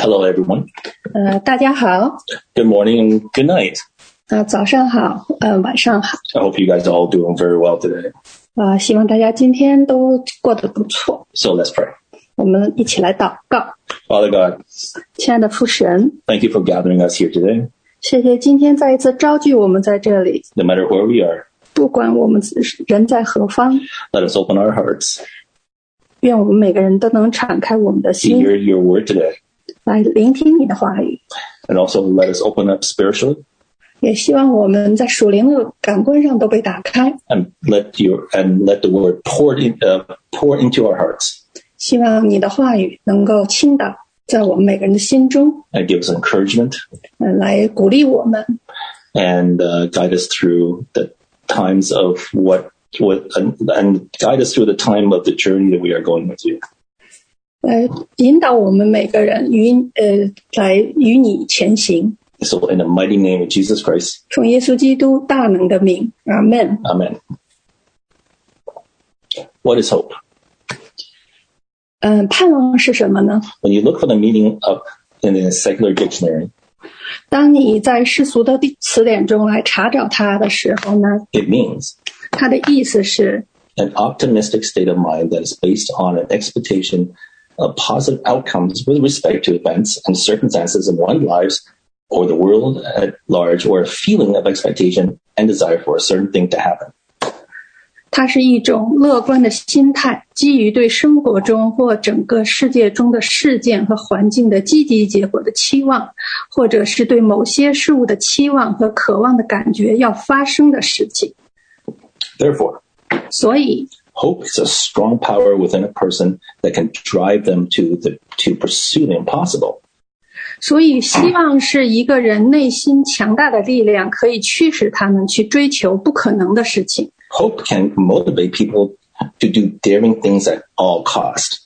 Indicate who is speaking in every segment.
Speaker 1: Hello, everyone.
Speaker 2: 呃，大家好，
Speaker 1: Good morning and good night.
Speaker 2: 呃，早上好，呃，晚上好，
Speaker 1: I hope you guys are all doing very well today.
Speaker 2: 呃，希望大家今天都过得不错。
Speaker 1: So let's pray.
Speaker 2: 我们一起来祷告，
Speaker 1: Father God,
Speaker 2: 亲爱的父神，
Speaker 1: thank you for gathering us here today.
Speaker 2: 谢谢今天再一次招聚我们在这里，
Speaker 1: No matter where we are,
Speaker 2: 不管我们人在何方，
Speaker 1: let us open our hearts
Speaker 2: 愿我们每个人都能敞开我们的
Speaker 1: to
Speaker 2: 心
Speaker 1: hear your word today.
Speaker 2: 来聆听你的话语，
Speaker 1: And also let us open up spiritually
Speaker 2: 也希望我们在属灵的感官上都被打开，
Speaker 1: and let your and let the word pour in, uh, pour into our hearts
Speaker 2: 希望你的话语能够倾倒在我们每个人的心中，
Speaker 1: and give us encouragement
Speaker 2: 嗯，来鼓励我们，
Speaker 1: and uh, guide us through the times of what what and, and guide us through the time of the journey that we are going with you.
Speaker 2: 来呃引导我们每个人与呃来与你前行。
Speaker 1: So in the mighty name of Jesus Christ,
Speaker 2: 奉耶稣基督大能的名，阿门。
Speaker 1: Amen. What is hope?
Speaker 2: 嗯，盼望是什么呢？
Speaker 1: When you look for the meaning up in a secular dictionary,
Speaker 2: 当你在世俗的词典中来查找它的时候呢，
Speaker 1: it means
Speaker 2: 它的意思是
Speaker 1: an optimistic state of mind that is based on an expectation of positive outcomes with respect to events and circumstances in one's lives or the world at large, or a feeling of expectation and desire for a certain thing to happen.
Speaker 2: 它是一种乐观的心态，基于对生活中或整个世界中的事件和环境的积极结果的期望，或者是对某些事物的期望和渴望的感觉要发生的事情。
Speaker 1: Therefore,
Speaker 2: 所以，
Speaker 1: hope is a strong power within a person that can drive them to the to pursue the impossible.
Speaker 2: 所以希望是一个人内心强大的力量，可以驱使他们去追求不可能的事情。
Speaker 1: Hope can motivate people to do daring things at all cost.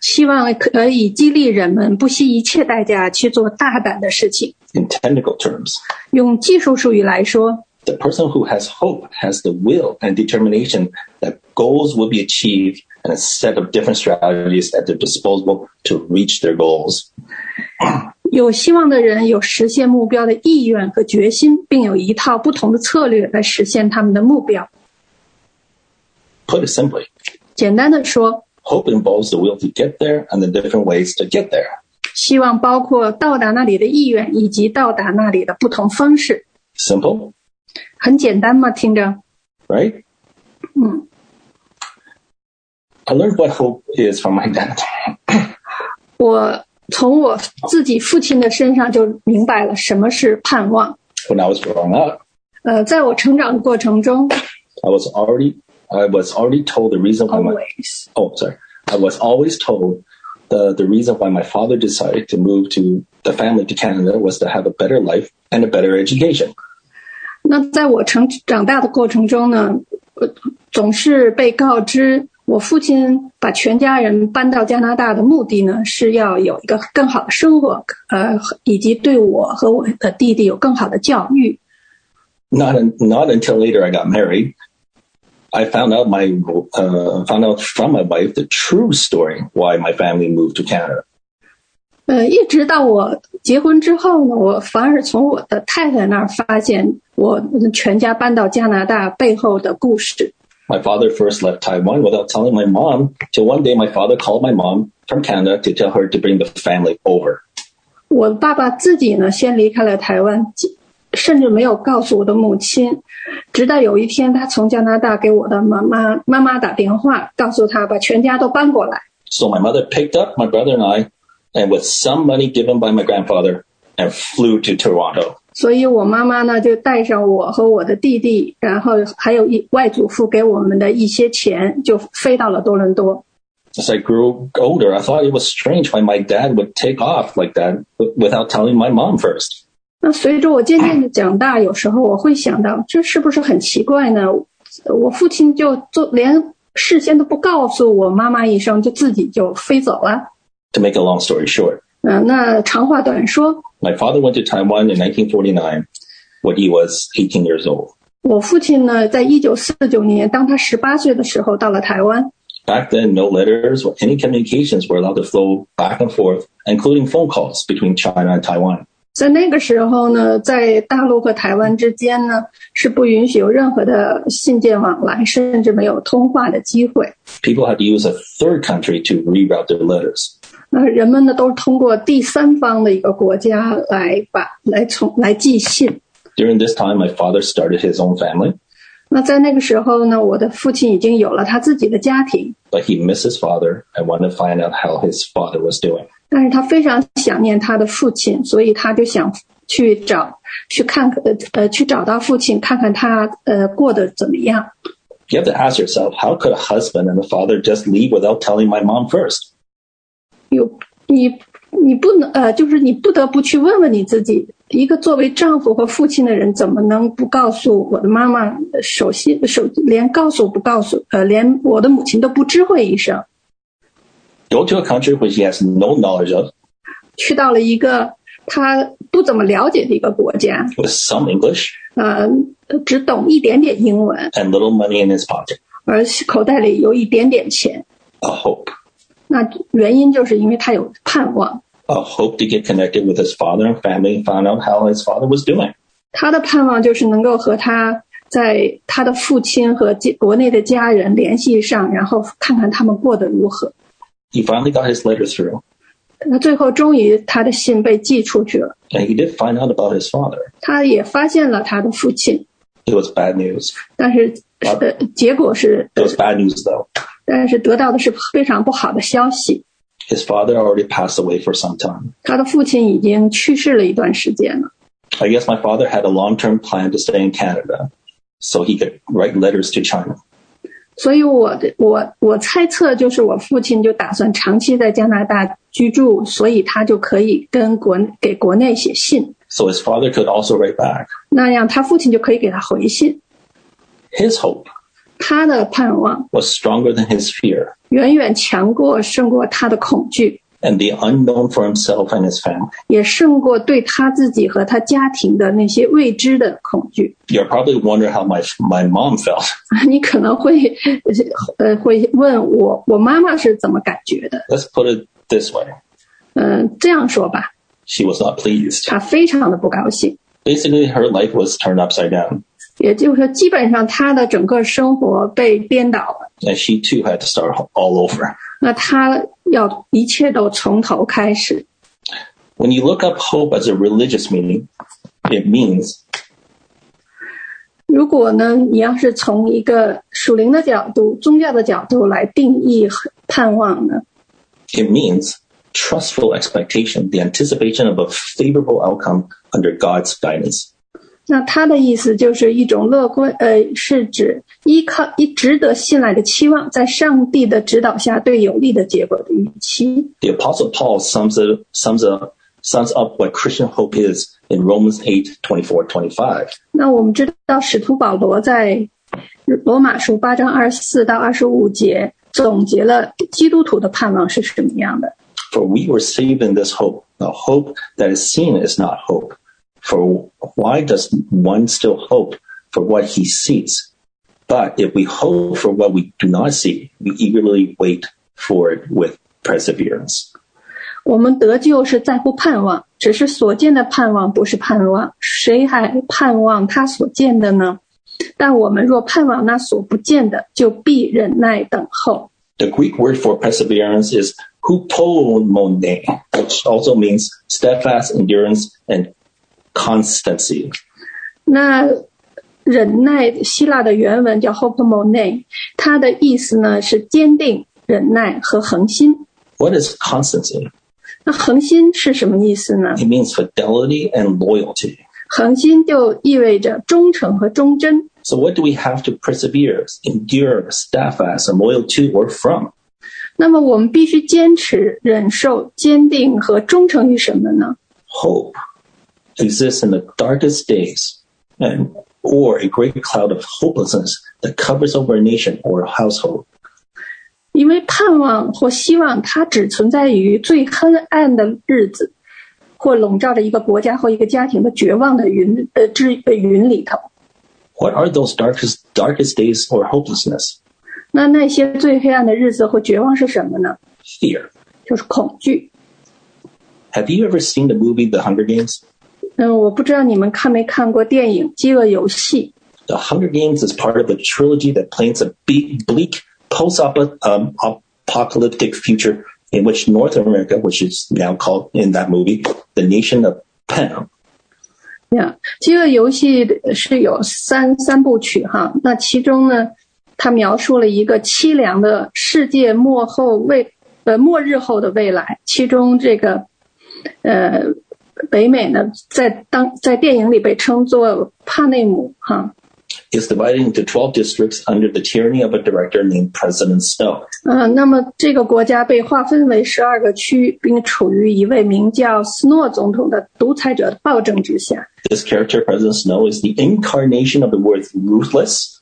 Speaker 2: 希望可以激励人们不惜一切代价去做大胆的事情。
Speaker 1: In technical terms,
Speaker 2: 用技术术语来说，
Speaker 1: the person who has hope has the will and determination that goals will be achieved and a set of different strategies at their disposal to reach their goals.
Speaker 2: 有希望的人有实现目标的意愿和决心，并有一套不同的策略来实现他们的目标。
Speaker 1: Put it simply,
Speaker 2: 简单的说，
Speaker 1: hope involves the will to get there and the different ways to get there.
Speaker 2: 希望包括到达那里的意愿以及到达那里的不同方式。
Speaker 1: Simple,
Speaker 2: 很简单吗？听着，
Speaker 1: right?
Speaker 2: Mm.
Speaker 1: I learned what hope is from my dad.
Speaker 2: 我从我自己父亲的身上就明白了什么是盼望。
Speaker 1: When I was growing up,
Speaker 2: 呃，在我成长的过程中
Speaker 1: I was already I was already told the reason why my
Speaker 2: ，always，
Speaker 1: oh sorry I was always told the the reason why my father decided to move to the family to Canada was to have a better life and a better education.
Speaker 2: 那在我成长大的过程中呢，我总是被告知，我父亲把全家人搬到加拿大的目的呢，是要有一个更好的生活，呃，以及对我和我的弟弟有更好的教育。
Speaker 1: Not un, not until later I got married. I found out my uh, found out from my wife the true story why my family moved to Canada.
Speaker 2: 呃，一直到我结婚之后呢，我反而从我的太太那儿发现，我全家搬到加拿大背后的故事。
Speaker 1: My father first left Taiwan without telling my mom till one day my father called my mom from Canada to tell her to bring the family over.
Speaker 2: 我爸爸自己呢，先离开了台湾，甚至没有告诉我的母亲。直到有一天，他从加拿大给我的妈妈妈妈打电话，告诉他把全家都搬过来。
Speaker 1: So my mother picked up my brother and I, and with some money given by my grandfather, and flew to Toronto.
Speaker 2: 所以我妈妈呢，就带上我和我的弟弟，然后还有一外祖父给我们的一些钱，就飞到了多伦多。
Speaker 1: As I grew older, I thought it was strange why my dad would take off like that w- without telling my mom first.
Speaker 2: 那随着我渐渐的长大，有时候我会想到，这是不是很奇怪呢？我父亲就做连事先都不告诉我妈妈一声，就自己就飞走了。
Speaker 1: To make a long story short,
Speaker 2: 嗯、那长话短说，
Speaker 1: my father went to Taiwan in 1949 when he was 18 years old.
Speaker 2: 我父亲呢，在一九四九年，当他十八岁的时候到了台湾，
Speaker 1: Back then, no letters or any communications were allowed to flow back and forth, including phone calls between China and Taiwan.
Speaker 2: 在那个时候呢，在大陆和台湾之间呢是不允许有任何的信件往来，甚至没有通话的机会。
Speaker 1: People had to use a third country to reroute their letters.
Speaker 2: 那人们呢都是通过第三方的一个国家来把来从来寄信。
Speaker 1: During this time, my father started his own family,
Speaker 2: 那在那个时候呢，我的父亲已经有了他自己的家庭，
Speaker 1: but he missed his father and wanted to find out how his father was doing.
Speaker 2: 但是他非常想念他的父亲，所以他就想去找去看看呃呃去找到父亲，看看他呃过得怎么样。
Speaker 1: You have to ask yourself, how could a husband and a father just leave without telling my mom first?
Speaker 2: 有你你不能呃，就是你不得不去问问你自己，一个作为丈夫和父亲的人，怎么能不告诉我的妈妈？呃首先首连告诉不告诉呃，连我的母亲都不知会一声，
Speaker 1: Go to a country which he has no knowledge of,
Speaker 2: 去到了一个他不怎么了解的一个国家，
Speaker 1: with some English
Speaker 2: 呃，只懂一点点英文，
Speaker 1: and little money in his pocket.
Speaker 2: 而口袋里有一点点钱。
Speaker 1: A hope.
Speaker 2: 那原因就是因为他有盼望，
Speaker 1: A hope to get connected with his father and family and find out how his father was doing.
Speaker 2: 他的盼望就是能够和他在他的父亲和家国内的家人联系上，然后看看他们过得如何。
Speaker 1: He finally got his letter through
Speaker 2: 那最后，终于他的信被寄出去了，
Speaker 1: and he did find out about his father.
Speaker 2: 他也发现了他的父亲，
Speaker 1: It was bad news.
Speaker 2: 但是呃，结果是
Speaker 1: It，was bad news though.
Speaker 2: 但是得到的是非常不好的消息，
Speaker 1: His father already passed away for some time.
Speaker 2: 他的父亲已经去世了一段时间了。
Speaker 1: I guess my father had a long term plan to stay in Canada so he could write letters to China.
Speaker 2: 所以我的我我猜测就是我父亲就打算长期在加拿大居住，所以他就可以跟国给国内写信，
Speaker 1: So his father could also write back.
Speaker 2: 那样他父亲就可以给他回信。
Speaker 1: His hope
Speaker 2: 他的盼望
Speaker 1: was stronger than his fear
Speaker 2: 远远强过胜过他的恐惧，
Speaker 1: and the unknown for himself and his family.
Speaker 2: 也胜过对他自己和他家庭的那些未知的恐惧。
Speaker 1: You're probably wondering how my, my mom felt.
Speaker 2: 你可能会呃会问我，我妈妈是怎么感觉的？
Speaker 1: Let's put it this way.
Speaker 2: 嗯、这样说吧，
Speaker 1: She was not pleased.
Speaker 2: 她非常的不高兴，
Speaker 1: Basically, her life was turned upside down
Speaker 2: 也就是说，基本上她的整个生活被颠倒了。
Speaker 1: and she too had to start all over.
Speaker 2: 那她要一切都从头开始。
Speaker 1: When you look up hope as a religious meaning, it means
Speaker 2: 如果呢，你要是从一个属灵的角度、宗教的角度来定义盼望呢，
Speaker 1: It means trustful expectation, the anticipation of a favorable outcome under God's guidance.
Speaker 2: 那他的意思就是一种乐观，呃，是指依靠一值得信赖的期望，在上帝的指导下对有利的结果的预期。
Speaker 1: The Apostle Paul sums it, sums up sums up what Christian hope is in Romans 8, 24, 25.
Speaker 2: 那我们知道，使徒保罗在罗马书八章二十四到二十五节总结了基督徒的盼望是什么样的。
Speaker 1: For we were saved in this hope. Now hope that is seen is not hope. For why does one still hope for what he sees? But if we hope for what we do not see, we eagerly wait for it with perseverance.
Speaker 2: 我们得救是在乎盼望，只是所见的盼望不是盼望，谁还盼望他所见的呢？但我们若盼望那所不见的，就必忍耐等候。
Speaker 1: The Greek word for perseverance is hupomone, which also means steadfast endurance and constancy.
Speaker 2: 那忍耐，希腊的原文叫 hopomone，它的意思呢是坚定、忍耐和恒心。
Speaker 1: What is constancy?
Speaker 2: 那恒心是什么意思呢？
Speaker 1: It means fidelity and loyalty.
Speaker 2: 恒心就意味着忠诚和忠贞。
Speaker 1: So what do we have to persevere, endure, steadfast, and loyal to or from?
Speaker 2: 那么我们必须坚持、忍受、坚定和忠诚于什么呢？
Speaker 1: Hope exists in the darkest days and or a great cloud of hopelessness that covers over a nation or a household.
Speaker 2: 因为盼望或希望，它只存在于最黑暗的日子，或笼罩着一个国家或一个家庭的绝望的云呃之呃云里头。
Speaker 1: What are those darkest darkest days or hopelessness?
Speaker 2: 那那些最黑暗的日子和绝望是什么呢？
Speaker 1: Fear.
Speaker 2: 就是恐惧。
Speaker 1: Have you ever seen the movie The Hunger Games?
Speaker 2: 嗯，我不知道你们看没看过电影《饥饿游戏
Speaker 1: The Hunger Games is part of the trilogy that paints a big, bleak, post-apocalyptic future in which North America, which is now called in that movie, the nation of Pan,》
Speaker 2: 呀，《饥饿游戏》是有三三部曲哈。那其中呢，它描述了一个凄凉的世界末后未呃末日后的未来。其中这个呃北美呢，在当在电影里被称作帕内姆哈。
Speaker 1: is divided into 12 districts under the tyranny of a director named President Snow.
Speaker 2: 呃，那么这个国家被划分为十二个区，并处于一位名叫斯诺总统的独裁者的暴政之下。
Speaker 1: This character, President Snow, is the incarnation of the word ruthless.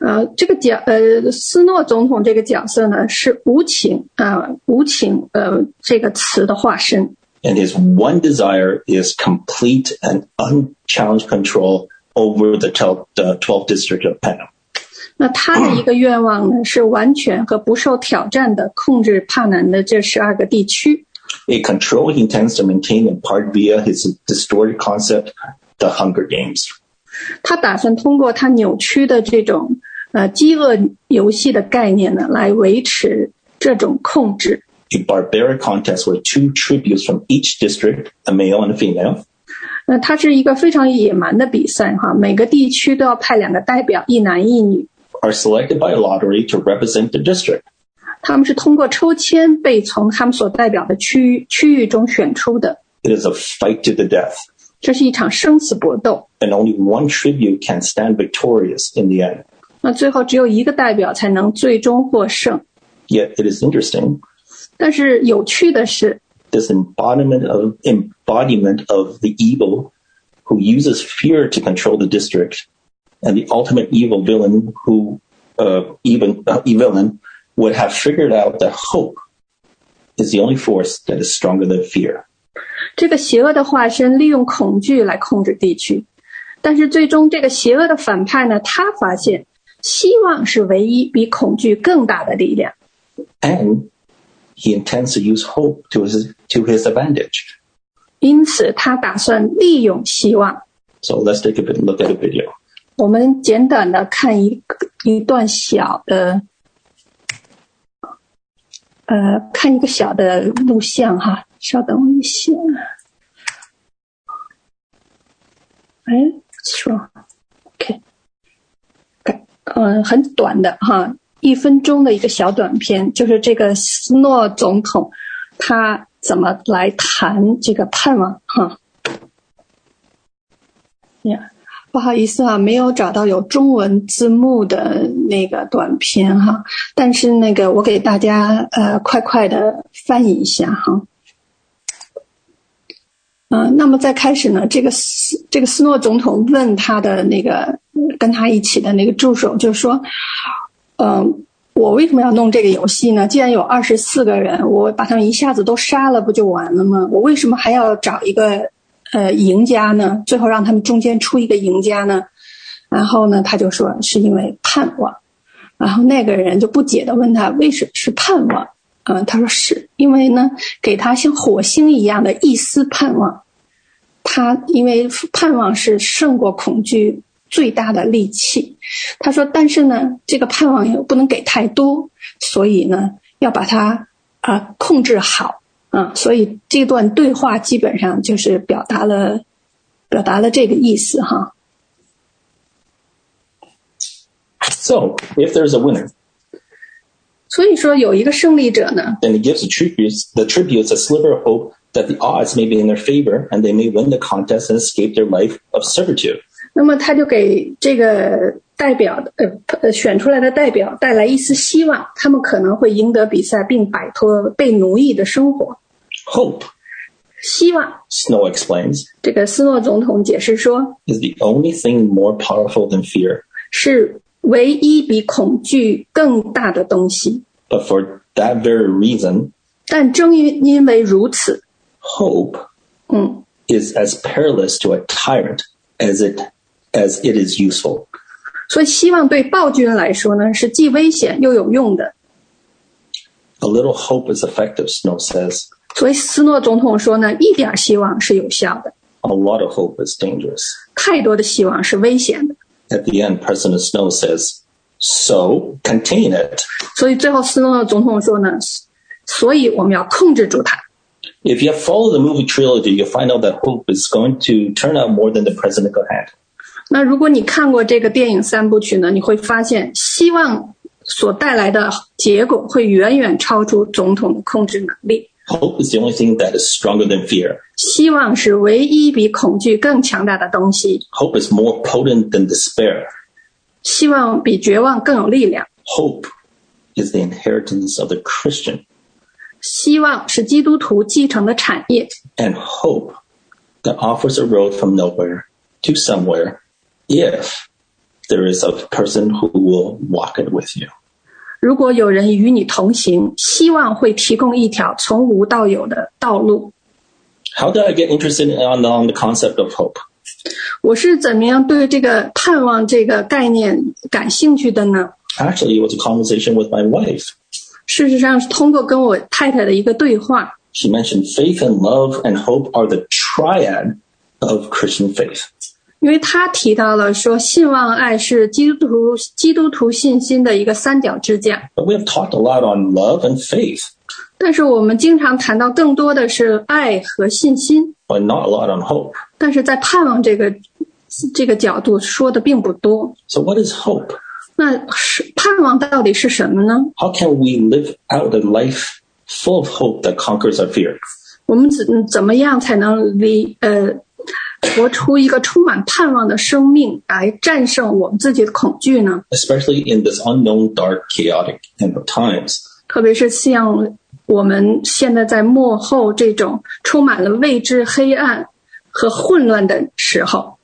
Speaker 2: 呃，这个角呃，斯诺总统这个角色呢是无情啊、呃，无情呃这个词的化身。
Speaker 1: And his one desire is complete and unchallenged control over the 12, the 12th district of Panama.
Speaker 2: 那他的一个愿望呢是完全和不受挑战的控制帕南的这十二个地区。
Speaker 1: A control he intends to maintain in part via his distorted concept, the Hunger Games.
Speaker 2: 他打算通过他扭曲的这种呃饥饿游戏的概念呢来维持这种控制。
Speaker 1: A barbaric contest where two tributes from each district, a male and a female,
Speaker 2: 那它是一个非常野蛮的比赛哈，每个地区都要派两个代表，一男一女，
Speaker 1: are selected by a lottery to represent the district.
Speaker 2: 他们是通过抽签被从他们所代表的区域区域中选出的。
Speaker 1: It is a fight to the death,
Speaker 2: 这是一场生死搏斗，
Speaker 1: and only one tribute can stand victorious in the end.
Speaker 2: 那最后只有一个代表才能最终获胜。
Speaker 1: Yet it is interesting,
Speaker 2: 但是有趣的是，
Speaker 1: this embodiment of embodiment of the evil who uses fear to control the district and the ultimate evil villain who uh, even uh, evil villain would have figured out that hope is the only force that is stronger than fear
Speaker 2: 这个邪恶的化身利用恐惧来控制地区，但是最终这个邪恶的反派呢，他发现希望是唯一比恐惧更大的力量。
Speaker 1: and he intends to use hope to his to his advantage
Speaker 2: 因此他打算利用希望。
Speaker 1: so let's take a bit, look at a video
Speaker 2: 我们简短的看一个一段小的，呃，看一个小的录像哈，稍等我一下。哎，What's wrong？OK，、看嗯，很短的哈，一分钟的一个小短片，就是这个斯诺总统他怎么来谈这个盼望哈。y 不好意思啊，没有找到有中文字幕的那个短片哈，但是那个我给大家呃快快的翻译一下哈。嗯、那么在开始呢，这个斯这个斯诺总统问他的那个呃跟他一起的那个助手，就说，嗯、我为什么要弄这个游戏呢？既然有二十四个人，我把他们一下子都杀了，不就完了吗？我为什么还要找一个呃赢家呢？最后让他们中间出一个赢家呢？然后呢，他就说是因为盼望。然后那个人就不解的问他为什么是盼望？嗯、他说是因为呢，给他像火星一样的一丝盼望。他因为盼望是胜过恐惧最大的利器。他说，但是呢，这个盼望又不能给太多，所以呢，要把它啊、呃控制好啊、所以这段对话基本上就是表达了表达了这个意思哈。
Speaker 1: so if there's a winner
Speaker 2: 所以说，有一个胜利者呢，
Speaker 1: then he gives the tributes the tributes a sliver of hope that the odds may be in their favor and they may win the contest and escape their life of servitude
Speaker 2: 那么他就给这个代表的呃呃选出来的代表带来一丝希望，他们可能会赢得比赛并摆脱被奴役的生活。
Speaker 1: hope
Speaker 2: 希望，
Speaker 1: snow explains
Speaker 2: 这个斯诺总统解释说，
Speaker 1: is the only thing more powerful than fear.
Speaker 2: 是唯一比恐惧更大的东西。
Speaker 1: But for that very reason,
Speaker 2: 但正因因为如此，
Speaker 1: hope
Speaker 2: 嗯，
Speaker 1: is as perilous to a tyrant as it as it is useful.
Speaker 2: 所以，希望对暴君来说呢，是既危险又有用的。
Speaker 1: A little hope is effective, Snow says.
Speaker 2: 所以，斯诺总统说呢，一点儿希望是有效的，
Speaker 1: A lot of hope is dangerous.
Speaker 2: 太多的希望是危险的。
Speaker 1: At the end, President Snow says, So contain it.
Speaker 2: 所以，最后斯诺总统说呢，所以我们要控制住它。
Speaker 1: If you follow the movie trilogy, you'll find out that hope is going to turn out more than the president could handle.
Speaker 2: 那如果你看过这个电影三部曲呢，你会发现希望所带来的结果会远远超出总统的控制能力。
Speaker 1: Hope is the only thing that is stronger than fear.
Speaker 2: 希望是唯一比恐惧更强大的东西，
Speaker 1: Hope is more potent than despair.
Speaker 2: 希望比绝望更有力量。
Speaker 1: Hope is the inheritance of the Christian,
Speaker 2: 希望是基督徒继承的产业，
Speaker 1: and hope that offers a road from nowhere to somewhere if there is a person who will walk it with you.
Speaker 2: 如果有人与你同行，希望会提供一条从无到有的道路。
Speaker 1: How did I get interested in, on, on the concept of hope?
Speaker 2: 我是怎么样对这个盼望这个概念感兴趣的呢？
Speaker 1: Actually, it was a conversation with my wife.
Speaker 2: 事实上是通过跟我太太的一个对话，
Speaker 1: She mentioned faith and love and hope are the triad of Christian faith.
Speaker 2: 因为她提到了说，信望爱是基督徒基督徒信心的一个三角支架。
Speaker 1: But we have talked a lot on love and faith,
Speaker 2: 但是我们经常谈到更多的是爱和信心，
Speaker 1: but not a lot on hope.
Speaker 2: 但是在盼望这个这个角度说的并不多。
Speaker 1: So what is hope?
Speaker 2: 那是盼望到底是什么呢？
Speaker 1: How can we live out a life full of hope that conquers our fear?
Speaker 2: 我们怎怎么样才能离呃活出一个充满盼望的生命，来战胜我们自己的恐惧呢？
Speaker 1: Especially in this unknown, dark, chaotic end of times.
Speaker 2: 特别是像我们现在在幕后这种充满了未知、黑暗和混乱的时候，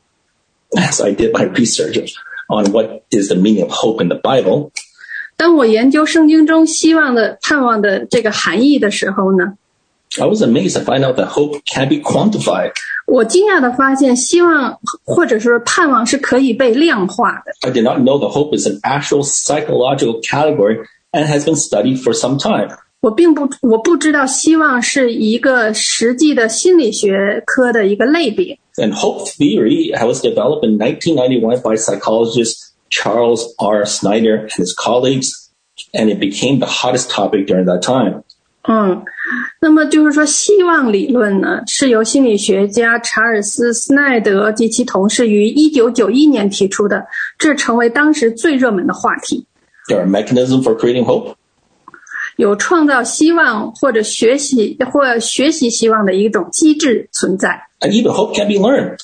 Speaker 1: As I did my research on what is the meaning of hope in the Bible,
Speaker 2: 当我研究圣经中希望的、盼望的这个含义的时候呢，
Speaker 1: I was amazed to find out that hope can be quantified.
Speaker 2: 我惊讶地发现，希望或者是盼望是可以被量化的。
Speaker 1: I did not know that hope is an actual psychological category and has been studied for some time.
Speaker 2: 我并不，我不知道希望是一个实际的心理学科的一个类别。
Speaker 1: And hope theory was developed in 1991 by psychologist Charles R. Snyder and his colleagues, and it became the hottest topic during that time.
Speaker 2: 嗯，那么就是说，希望理论呢是由心理学家查尔斯·斯奈德及其同事于1991年提出的，这成为当时最热门的话题。
Speaker 1: There are mechanisms for creating hope,
Speaker 2: 有创造希望或者学习或学习希望的一种机制存在。
Speaker 1: and even hope can be learned.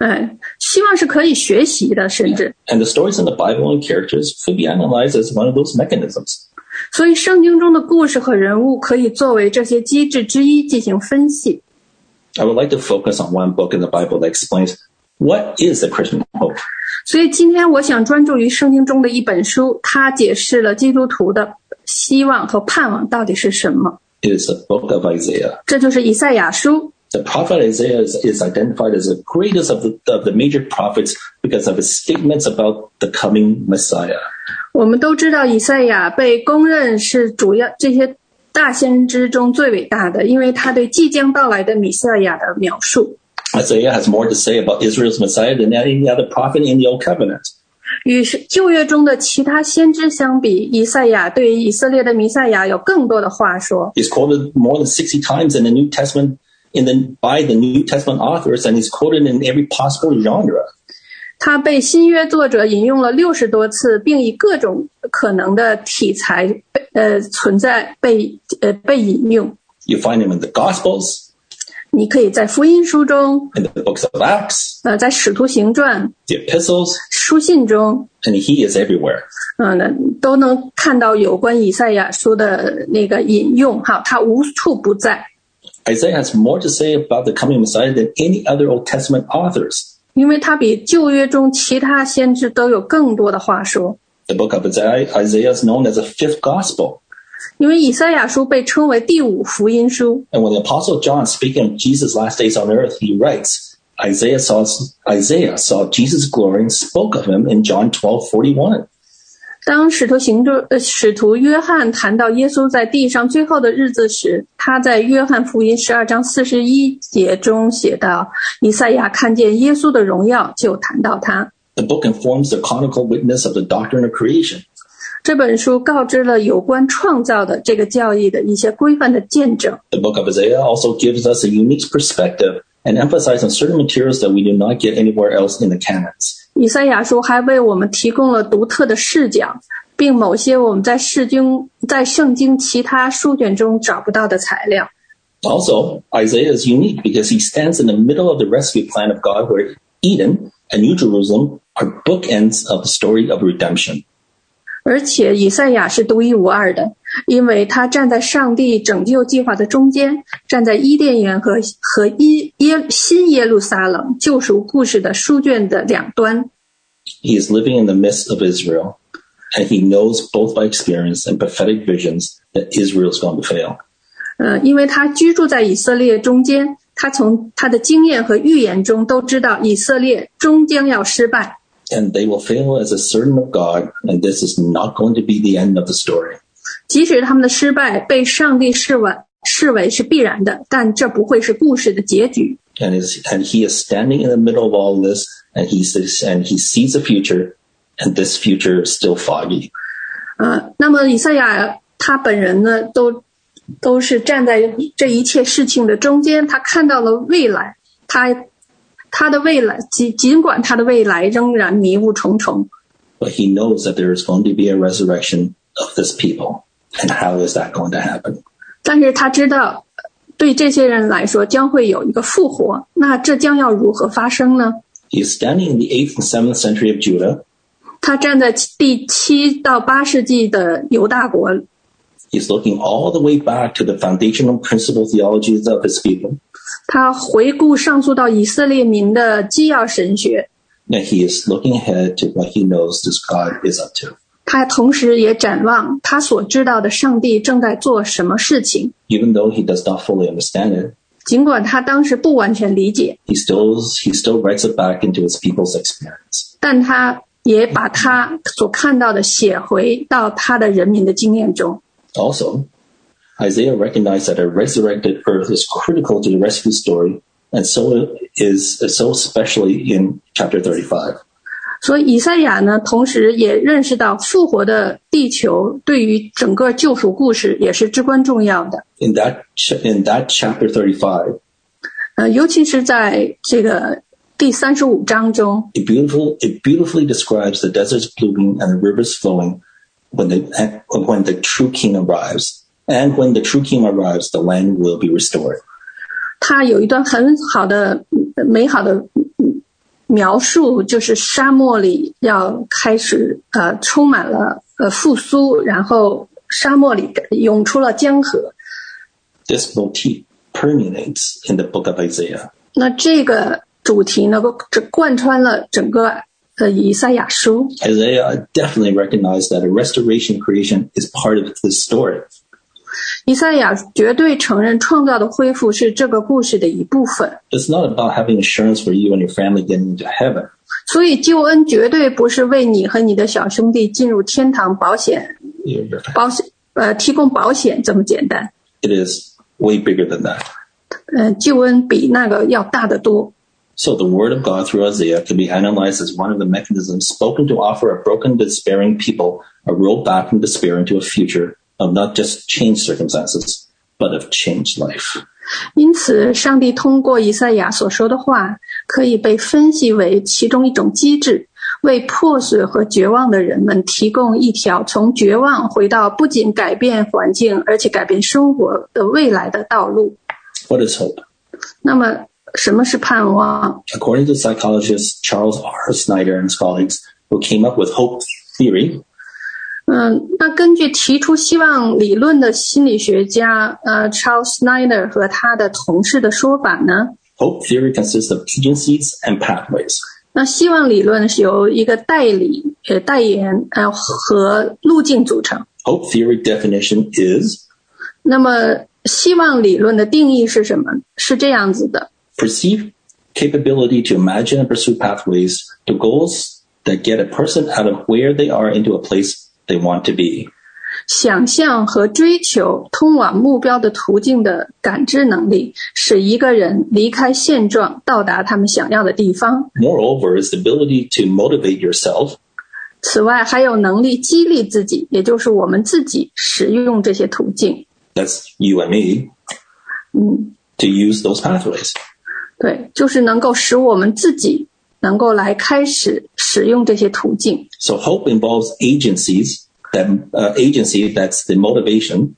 Speaker 2: 嗯，希望是可以学习的，甚至
Speaker 1: And the stories in the Bible and characters could be analyzed as one of those mechanisms.
Speaker 2: 所以圣经中的故事和人物可以作为这些机制之一进行分析。
Speaker 1: I would like to focus on one book in the Bible that explains what is the Christian hope.
Speaker 2: 所以今天我想专注于圣经中的一本书，它解释了基督徒的希望和盼望到底是什么。
Speaker 1: It is the book of Isaiah.
Speaker 2: 这就是以赛亚书。
Speaker 1: The prophet Isaiah is, is identified as the greatest of the, of the major prophets because of his statements about the coming Messiah.
Speaker 2: 我们都知道，以赛亚被公认是主要这些大先知中最伟大的，因为他对即将到来的米赛亚的描述。
Speaker 1: Isaiah has more to say about Israel's Messiah than any other prophet in the Old Covenant.
Speaker 2: 与旧约中的其他先知相比，以赛亚对以色列的弥赛亚有更多的话说。
Speaker 1: He's quoted more than 60 times in the New Testament in the, by the New Testament authors, and he's quoted in every possible genre.
Speaker 2: 他被新约作者引用了六十多次，并以各种可能的题材呃存在被呃被引用。
Speaker 1: You find him in the Gospels,
Speaker 2: 你可以在福音书中，
Speaker 1: in the books of Acts,
Speaker 2: 呃，在使徒行传、
Speaker 1: the epistles,
Speaker 2: 书信中，
Speaker 1: and he is everywhere.
Speaker 2: 嗯、那都能看到有关以赛亚书的那个引用哈，它无处不在。
Speaker 1: Isaiah has more to say about the coming Messiah than any other Old Testament authors.
Speaker 2: 因为它比旧约中其他先知都有更多的话说。
Speaker 1: The book of Isaiah, Isaiah is known as the fifth gospel.
Speaker 2: 因为以赛亚书被称为第五福音书，
Speaker 1: And when the apostle John speaking of Jesus' last days on earth, he writes, Isaiah saw, Isaiah saw Jesus' glory and spoke of him in John 12, 41.
Speaker 2: 当使徒行传呃使徒约翰谈到耶稣在地上最后的日子时，他在约翰福音十二章四十一节中写道：“以赛亚看见耶稣的荣耀，就谈到他。
Speaker 1: The book informs the canonical witness of the doctrine of creation. ”
Speaker 2: 这本书告知了有关创造的这个教义的一些规范的见证。
Speaker 1: The book of Isaiah also gives us a unique perspective and emphasizes on certain materials that we do not get anywhere else in the canons.
Speaker 2: 以赛亚书还为我们提供了独特的视角，并某些我们在世经在圣经其他书卷中找不到的材料。
Speaker 1: Also, Isaiah is unique because he stands in the middle of the rescue plan of God where Eden and New Jerusalem are bookends of the story of redemption.
Speaker 2: 而且以赛亚是独一无二的，因为他站在上帝拯救计划的中间，站在伊甸园和和伊耶新耶路撒冷救赎故事的书卷的两端。
Speaker 1: He is living in the midst of Israel, and he knows both by experience and prophetic visions that Israel is going to fail.
Speaker 2: 呃，因为他居住在以色列中间，他从他的经验和预言中都知道以色列终将要失败。
Speaker 1: And they will fail as a servant of God, and this is not going to be the end of the story.
Speaker 2: 即使他们的失败被上帝视为视为是必然的，但这不会是故事的结局。
Speaker 1: And, is, and he is standing in the middle of all this, and he, sees, and he sees the future, and this future is still foggy.
Speaker 2: 呃，那么以赛亚他本人呢，都都是站在这一切事情的中间，他看到了未来，他他的未来，尽尽管他的未来仍然迷雾重重，
Speaker 1: But he knows that there is going to be a resurrection of this people. And how is that going to happen?
Speaker 2: 但是他知道，呃对这些人来说将会有一个复活，那这将要如何发生呢？
Speaker 1: He is standing in the 8th and 7th century of Judah.
Speaker 2: 他站在第七到八世纪的犹大国
Speaker 1: He's looking all the way back to the foundational principle theologies of his people.
Speaker 2: 他回顾上溯到以色列民的基要神学，
Speaker 1: And he is looking ahead to what he knows this God is up to.
Speaker 2: 他同时也展望他所知道的上帝正在做什么事情。
Speaker 1: Even though he does not fully understand it,
Speaker 2: 尽管他当时不完全理解，
Speaker 1: he still, he still writes it back into his people's experience.
Speaker 2: 但他也把他所看到的写回到他的人民的经验中。
Speaker 1: Also, Isaiah recognized that a resurrected earth is critical to the rescue story, and so it is so especially in chapter 35.
Speaker 2: 所以以赛亚呢，同时也认识到复活的地球对于整个救赎故事也是至关重要的。
Speaker 1: In that ch- in that chapter 35,
Speaker 2: 呃，尤其是在这个第三十五章中，
Speaker 1: it beautiful it beautifully describes the deserts blooming and the rivers flowing when the and when the true king arrives. And when the true king arrives, the land will be restored.
Speaker 2: 他有一段很好的、嗯美好的嗯描述，就是沙漠里要开始呃充满了呃复苏，然后沙漠里涌出了江河。
Speaker 1: This motif permeates in the book of Isaiah.
Speaker 2: 那这个主题呢，这贯穿了整个呃以赛亚书。
Speaker 1: Isaiah definitely recognized that a restoration creation is part of this story.
Speaker 2: 以赛亚绝对承认创造的恢复是这个故事的一部分，
Speaker 1: It's not about having insurance for you and your family getting into heaven.
Speaker 2: 所以救恩绝对不是为你和你的小兄弟进入天堂保险
Speaker 1: Your- your family.
Speaker 2: 保险呃提供保险这么简单。
Speaker 1: It is way bigger than that.
Speaker 2: 呃，救恩比那个要大得多。
Speaker 1: So the word of God through Isaiah can be analyzed as one of the mechanisms spoken to offer a broken, despairing people a road back from despair into a future of not just changed circumstances, but of changed life.
Speaker 2: 因此，上帝通过以赛亚所说的话，可以被分析为其中一种机制，为破碎和绝望的人们提供一条从绝望回到不仅改变环境，而且改变生活的未来的道路。
Speaker 1: What is hope?
Speaker 2: 那么，什么是盼望？
Speaker 1: According to psychologist Charles R. Snyder and his colleagues, who came up with hope theory,
Speaker 2: 嗯，那根据提出希望理论的心理学家呃 Charles Snyder 和他的同事的说法呢，
Speaker 1: hope theory consists of agencies and pathways.
Speaker 2: 那希望理论是由一个代理、呃代言、呃和路径组成。
Speaker 1: Hope theory definition is
Speaker 2: 那么，希望理论的定义是什么？是这样子的：
Speaker 1: perceived capability to imagine and pursue pathways to goals that get a person out of where they are into a place they want to be.
Speaker 2: 想象和追求通往目标的途径的感知能力，使一个人离开现状，到达他们想要的地方。
Speaker 1: Moreover, is the ability to motivate yourself
Speaker 2: 此外，还有能力激励自己，也就是我们自己使用这些途径。
Speaker 1: that's you and me, to use those pathways.
Speaker 2: 对，就是能够使我们自己能够来开始使用这些途径。
Speaker 1: So hope involves agencies. That uh, agency, that's the motivation.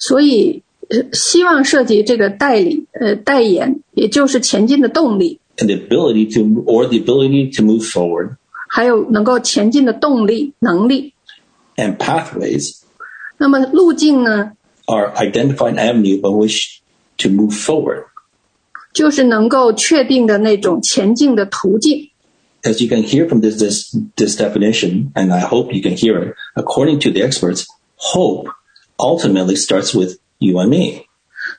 Speaker 2: 所以，呃希望涉及这个代理呃代言，也就是前进的动力，
Speaker 1: and the ability to or the ability to move forward
Speaker 2: 还有能够前进的动力能力。
Speaker 1: and pathways
Speaker 2: 那么路径呢，
Speaker 1: are identified avenue by which to move forward.
Speaker 2: 就是能够确定的那种前进的途径。
Speaker 1: As you can hear from this, this this definition, and I hope you can hear it, according to the experts, hope ultimately starts with you and me.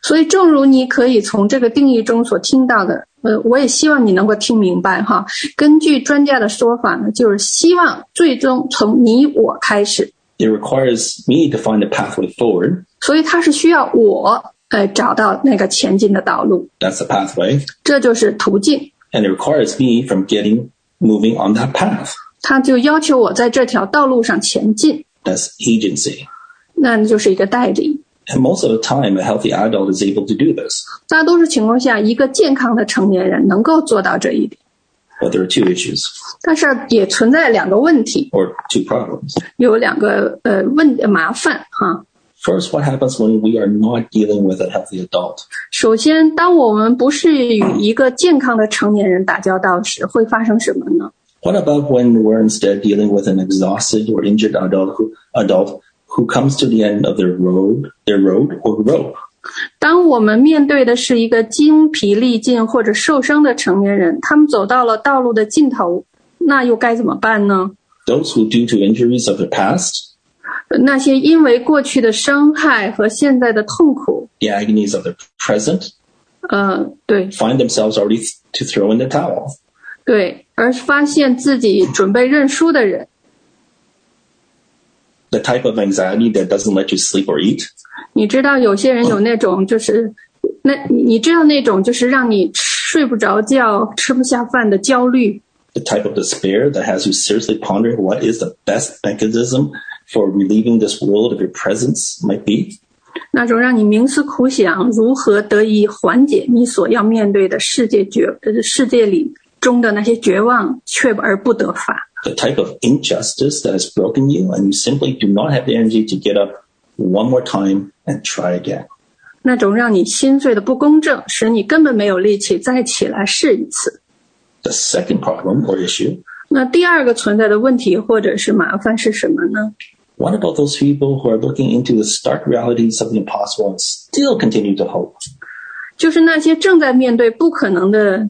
Speaker 2: 所以，正如你可以从这个定义中所听到的，呃，我也希望你能够听明白哈。根据专家的说法呢，就是希望最终从你我开始，
Speaker 1: It requires me to find a pathway forward.
Speaker 2: 所以它是需要我呃找到那个前进的道路，
Speaker 1: That's the pathway,
Speaker 2: 这就是途径。
Speaker 1: and it requires me from getting moving on that path.
Speaker 2: 他就要求我在这条道路上前进，
Speaker 1: That's agency.
Speaker 2: 那就是一个代理。
Speaker 1: And most of the time, a healthy adult is able to do this.
Speaker 2: 大多数情况下，一个健康的成年人能够做到这一点，
Speaker 1: But there are two issues
Speaker 2: 但是也存在两个问题，
Speaker 1: or two problems.
Speaker 2: 有两个呃问麻烦哈、
Speaker 1: First, what happens when we are not dealing with a healthy adult?
Speaker 2: 首先，当我们不是与一个健康的成年人打交道时，会发生什么呢？
Speaker 1: What about when we're instead dealing with an exhausted or injured adult who, adult who comes to the end of their road, their road or rope?
Speaker 2: 当我们面对的是一个精疲力尽或者受伤的成年人，他们走到了道路的尽头，那又该怎么办呢？
Speaker 1: Those who, due to injuries of the past,
Speaker 2: 那些因为过去的伤害和现在的痛苦，
Speaker 1: the agonies of the present,
Speaker 2: 呃，对
Speaker 1: find themselves already th- to throw in the towel.
Speaker 2: 对，而发现自己准备认输的人，
Speaker 1: The type of anxiety that doesn't let you sleep or eat,
Speaker 2: 你知道有些人有那种就是，那你知道那种就是让你睡不着觉、吃不下饭的焦虑，
Speaker 1: the type of despair that has you seriously pondering what is the best mechanism for relieving this world of your presence might be.
Speaker 2: 那种让你冥思苦想如何得以缓解你所要面对的世界绝呃世界里中的那些绝望，却而不得法。
Speaker 1: the type of injustice that has broken you, and you simply do not have the energy to get up one more time and try again.
Speaker 2: 那种让你心碎的不公正，使你根本没有力气再起来试一次。
Speaker 1: The second problem or issue
Speaker 2: 那第二个存在的问题或者是麻烦是什么呢？
Speaker 1: what about those people who are looking into the stark realities of the impossible and still continue to hope?
Speaker 2: 就是那些正在面对不可能的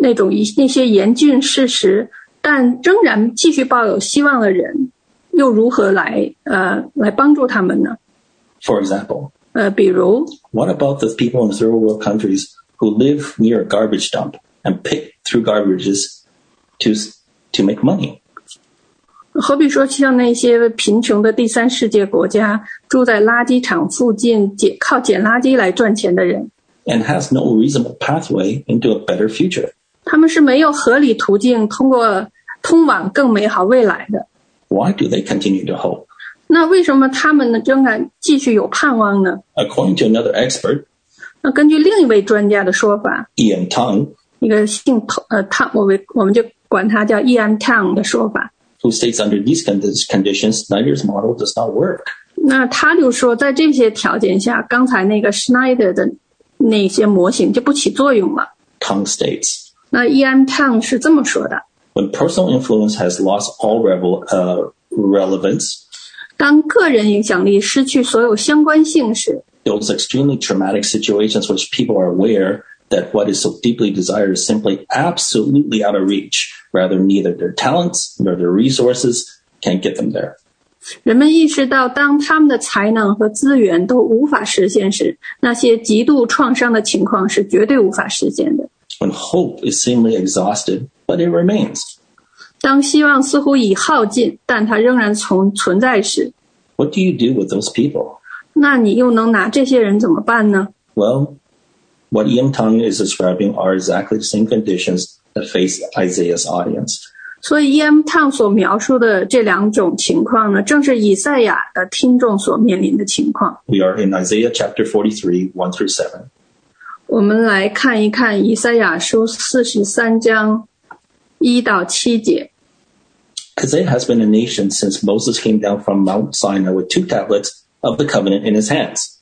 Speaker 2: 那种一那些严峻事实，但仍然继续抱有希望的人，又如何来呃来帮助他们呢？
Speaker 1: For example,
Speaker 2: 呃，比如
Speaker 1: what about the people in third world countries who live near a garbage dump and pick through garbages to, to make money?
Speaker 2: 好比说，像那些贫穷的第三世界国家，住在垃圾场附近捡靠捡垃圾来赚钱的人，
Speaker 1: And has no reasonable pathway into a better future.
Speaker 2: 他们是没有合理途径通过通往更美好未来的。
Speaker 1: Why do they continue to hope?
Speaker 2: 那为什么他们呢仍然继续有盼望呢？
Speaker 1: According to another expert,
Speaker 2: 那根据另一位专家的说法，
Speaker 1: Ian Tang,
Speaker 2: 一个姓汤呃汤，我为我们就管他叫 E.M. Town 的说法。
Speaker 1: who states under these condi- conditions, Snyder's model does not work.
Speaker 2: 那他就说，在这些条件下，刚才那个 Schneider 的那些模型就不起作用了。
Speaker 1: Kung states,
Speaker 2: 那 E.M. Town 是这么说的：
Speaker 1: when personal influence has lost all revel, uh, relevance,
Speaker 2: 当个人影响力失去所有相关性时，
Speaker 1: those extremely traumatic situations which people are aware that what is so deeply desired is simply absolutely out of reach, rather neither their talents nor their resources can get them there.
Speaker 2: 人们意识到，当他们的才能和资源都无法实现时，那些极度创伤的情况是绝对无法实现的。
Speaker 1: when hope is seemingly exhausted, but it remains.
Speaker 2: 当希望似乎已耗尽，但它仍然存存在时，
Speaker 1: What do you do with those people?
Speaker 2: 那你又能拿这些人怎么办呢？
Speaker 1: Well, what Yim Tang is describing are exactly the same conditions that face Isaiah's audience.
Speaker 2: 所以 E.M. 烫所描述的这两种情况呢，正是以赛亚的听众所面临的情况。
Speaker 1: We are in Isaiah chapter 43, 1 through 7.
Speaker 2: 我们来看一看以赛亚书四十三章一到七节。
Speaker 1: Isaiah has been a nation since Moses came down from Mount Sinai with two tablets of the covenant in his hands.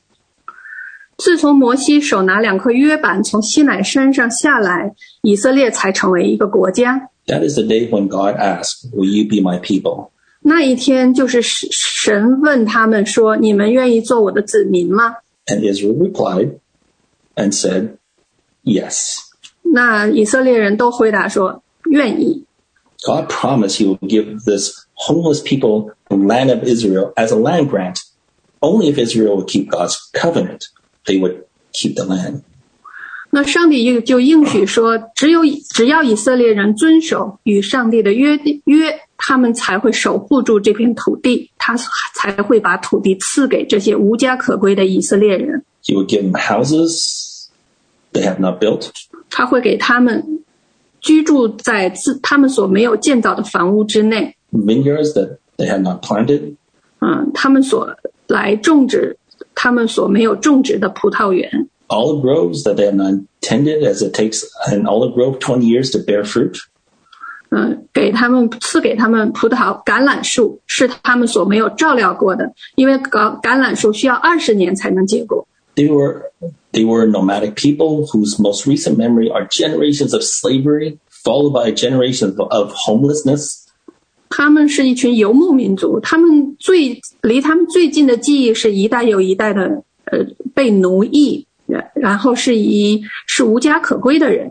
Speaker 2: 自从摩西手拿两块约板从西乃山上下来，以色列才成为一个国家。
Speaker 1: That is the day when God asked, Will you be my people?
Speaker 2: 那一天，就是神神问他们说：“你们愿意做我的子民吗
Speaker 1: And Israel replied and said, Yes.？”
Speaker 2: 那以色列人都回答说：“愿意。”
Speaker 1: God promised he would give this homeless people the land of Israel as a land grant. Only if Israel would keep God's covenant, they would keep the land.
Speaker 2: 那上帝就就应许说，只有只要以色列人遵守与上帝的约定约，他们才会守护住这片土地，他才会把土地赐给这些无家可归的以色列人，
Speaker 1: He would give them houses they have not built,
Speaker 2: 他会给他们居住在自他们所没有建造的房屋之内，
Speaker 1: vineyards that they have not planted,
Speaker 2: 嗯，他们所来种植他们所没有种植的葡萄园，
Speaker 1: olive groves that they have not tended, as it takes an olive grove 20 years to bear fruit,
Speaker 2: 嗯，给他们赐给他们葡萄橄榄树，是他们所没有照料过的，因为橄橄榄树需要二十年才能结果。
Speaker 1: They were they were nomadic people whose most recent memory are generations of slavery, followed by generations of, of homelessness.
Speaker 2: 他们是一群游牧民族，他们最离他们最近的记忆是一代又一代的呃被奴役，然然后是一是无家可归的人。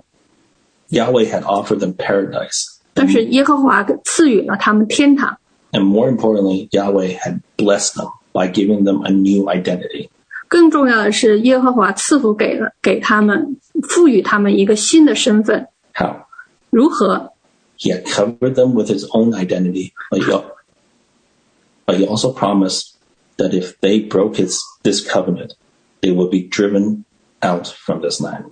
Speaker 1: Yahweh had offered them paradise,
Speaker 2: 但是耶和华赐予了他们天堂，
Speaker 1: and more importantly, Yahweh had blessed them by giving them a new identity.
Speaker 2: 更重要的是耶和华赐福给了给他们，赋予他们一个新的身份。
Speaker 1: How
Speaker 2: 如何
Speaker 1: he had covered them with his own identity, but he, al- but he also promised that if they broke his this covenant, they would be driven out from this land.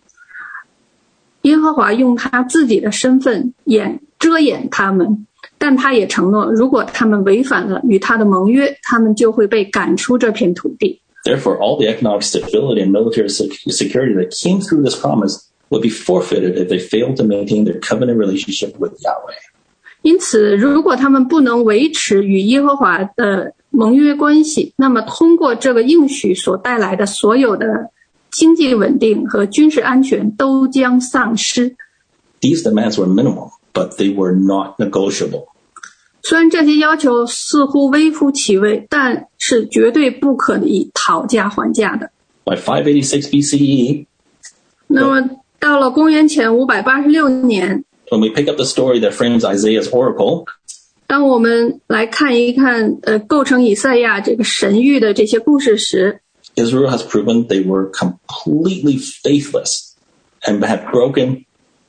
Speaker 2: 耶和华用他自己的身份掩遮掩他们，但他也承诺，如果他们违反了与他的盟约，他们就会被赶出这片土地。
Speaker 1: Therefore, all the economic stability and military sec- security that came through this promise would be forfeited if they failed to maintain their covenant relationship with Yahweh.
Speaker 2: 因此，如果他们不能维持与耶和华的盟约关系，那么通过这个应许所带来的所有的经济稳定和军事安全都将丧失。
Speaker 1: These demands were minimal, but they were not negotiable.
Speaker 2: 虽然这些要求似乎微乎其微，但是绝对不可以讨价还价的。
Speaker 1: By 586 BCE,
Speaker 2: 那么到了公元前五百八十六年，
Speaker 1: when we pick up the story that frames Isaiah's oracle,
Speaker 2: 当我们来看一看呃构成以赛亚这个神谕的这些故事时，
Speaker 1: Israel has proven they were completely faithless and had broken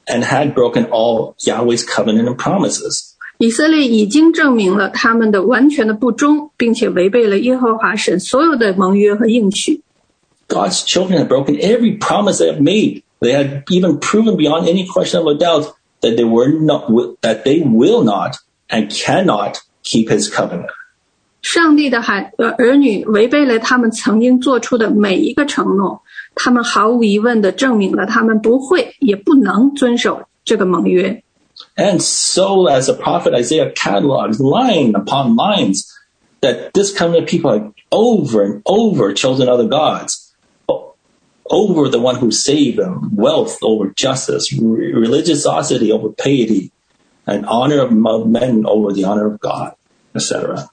Speaker 1: and had broken all Yahweh's covenant and promises.
Speaker 2: 以色列已经证明了他们的完全的不忠，并且违背了耶和华神所有的盟约和应许。
Speaker 1: God's children had broken every promise they had made. They had even proven beyond any question of a doubt that they were not that they will not and cannot keep His covenant.
Speaker 2: 上帝的孩呃儿女违背了他们曾经做出的每一个承诺，他们毫无疑问地证明了他们不会也不能遵守这个盟约。
Speaker 1: And so, as the prophet Isaiah catalogs line upon lines, that this covenant people are over and over chosen other gods, o- over the one who saved them, wealth over justice, re- religiosity over piety, and honor of mo- men over the honor of God, etc.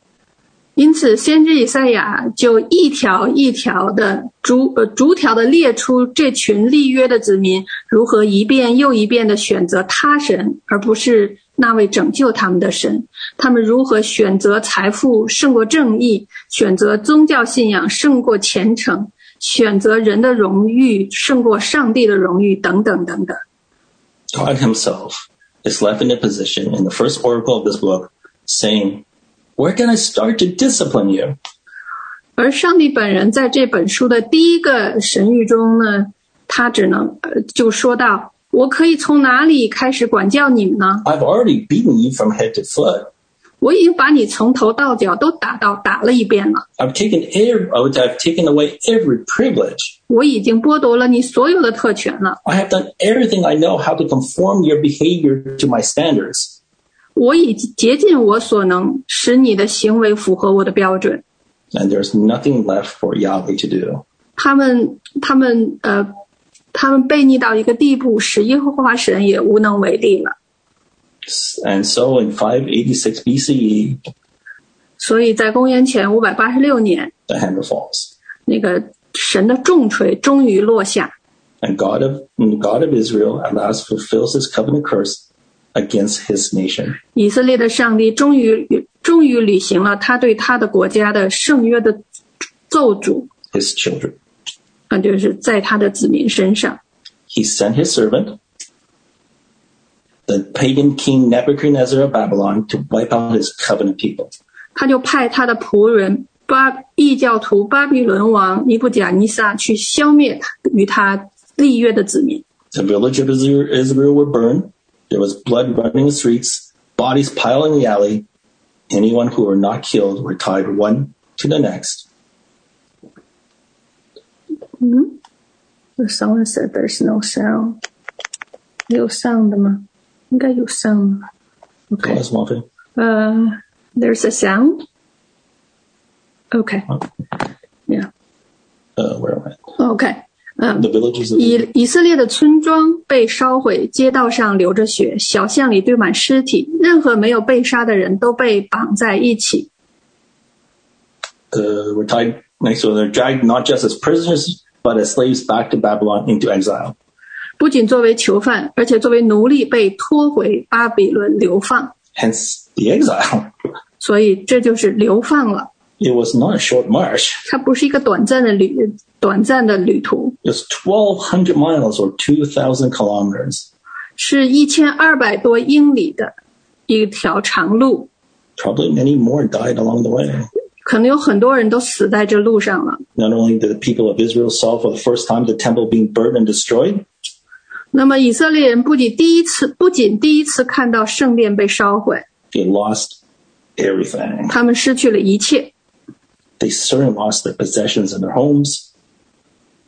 Speaker 2: 因此，先知以赛亚就一条一条的逐呃逐条的列出这群立约的子民如何一遍又一遍的选择他神，而不是那位拯救他们的神。他们如何选择财富胜过正义，选择宗教信仰胜过虔诚，选择人的荣誉胜过上帝的荣誉，等等等等。
Speaker 1: God Himself is left in a position in the first oracle of this book saying, Where can I start to discipline you?
Speaker 2: 而上帝本人在这本书的第一个神谕中呢，他只能呃就说到：“我可以从哪里开始管教你们呢？
Speaker 1: I've already beaten you from head to foot.
Speaker 2: 我已经把你从头到脚都打到打了一遍了，
Speaker 1: I've taken every, I've taken away every privilege.
Speaker 2: 我已经剥夺了你所有的特权了，
Speaker 1: I have done everything I know how to conform your behavior to my standards.
Speaker 2: 我已竭尽我所能，使你的行为符合我的标准。
Speaker 1: And there's nothing left for Yahweh to do. ”
Speaker 2: 他们，他们，呃，他们悖逆到一个地步，使耶和华神也无能为力了。
Speaker 1: And so in 586 BCE,
Speaker 2: 所以在公元前五百八十六年，
Speaker 1: the hammer falls.
Speaker 2: 那个神的重锤终于落下。
Speaker 1: And God of, and God of Israel at last fulfills his covenant curse against his nation.
Speaker 2: 以色列的上帝终于终于履行了他对他的国家的圣约的咒诅，
Speaker 1: his children.
Speaker 2: 那就是在他的子民身上。
Speaker 1: He sent his servant, the pagan king Nebuchadnezzar of Babylon, to wipe out his covenant people.
Speaker 2: 他就派他的仆人巴异教徒巴比伦王尼布甲尼撒去消灭与他立约的子民。
Speaker 1: The village of Isra- Israel were burned. There was blood running the streets, bodies piled in the alley. Anyone who were not killed were tied one to the next.
Speaker 2: Someone said there's no sound，有 sound 吗？应该有 sound 吧
Speaker 1: Go
Speaker 2: OK，
Speaker 1: ahead, Swampy.
Speaker 2: Uh, there's a sound. Okay. Yeah.
Speaker 1: Uh, where am I?
Speaker 2: Okay. 嗯、
Speaker 1: The villages of
Speaker 2: 以以色列的村庄被烧毁，街道上流着血，小巷里堆满尸体，任何没有被杀的人都被绑在一起。
Speaker 1: uh, were tied next to other, dragged not just as prisoners but as slaves back to Babylon into exile.
Speaker 2: 不仅作为囚犯，而且作为奴隶被拖回巴比伦流放，
Speaker 1: Hence the exile.
Speaker 2: 所以这就是流放了。
Speaker 1: It was not a short march.
Speaker 2: 它不是一个短暂的旅短暂的旅途，
Speaker 1: It's 1,200 miles or 2,000 kilometers.
Speaker 2: 是一千二百多英里的一条长路。
Speaker 1: Probably many more died along the way.
Speaker 2: 可能有很多人都死在这路上了。
Speaker 1: Not only did the people of Israel saw for the first time the temple being burned and destroyed,
Speaker 2: 那么以色列人不仅第一次，不仅第一次看到圣殿被烧毁，
Speaker 1: they lost everything.
Speaker 2: 他们失去了一切，
Speaker 1: They certainly lost their possessions and their homes,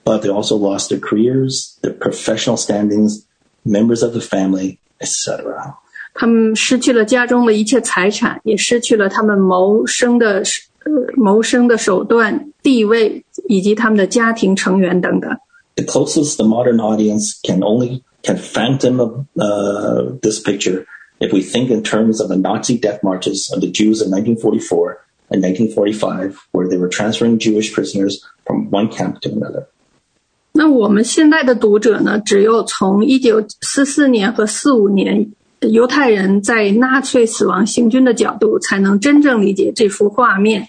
Speaker 1: but they also lost their careers, their professional standings, members of the family, etc.
Speaker 2: 他们失去了家中的一切财产，也失去了他们谋生的呃谋生的手段、地位以及他们的家庭成员等等。
Speaker 1: The closest the modern audience can only can phantom of uh, this picture if we think in terms of the Nazi death marches of the Jews in 1944 and 1945, where they were transferring Jewish prisoners from one camp to another.
Speaker 2: 那我们现在的读者呢，只有从一九四四年和四五年犹太人在纳粹死亡行军的角度，才能真正理解这幅画面。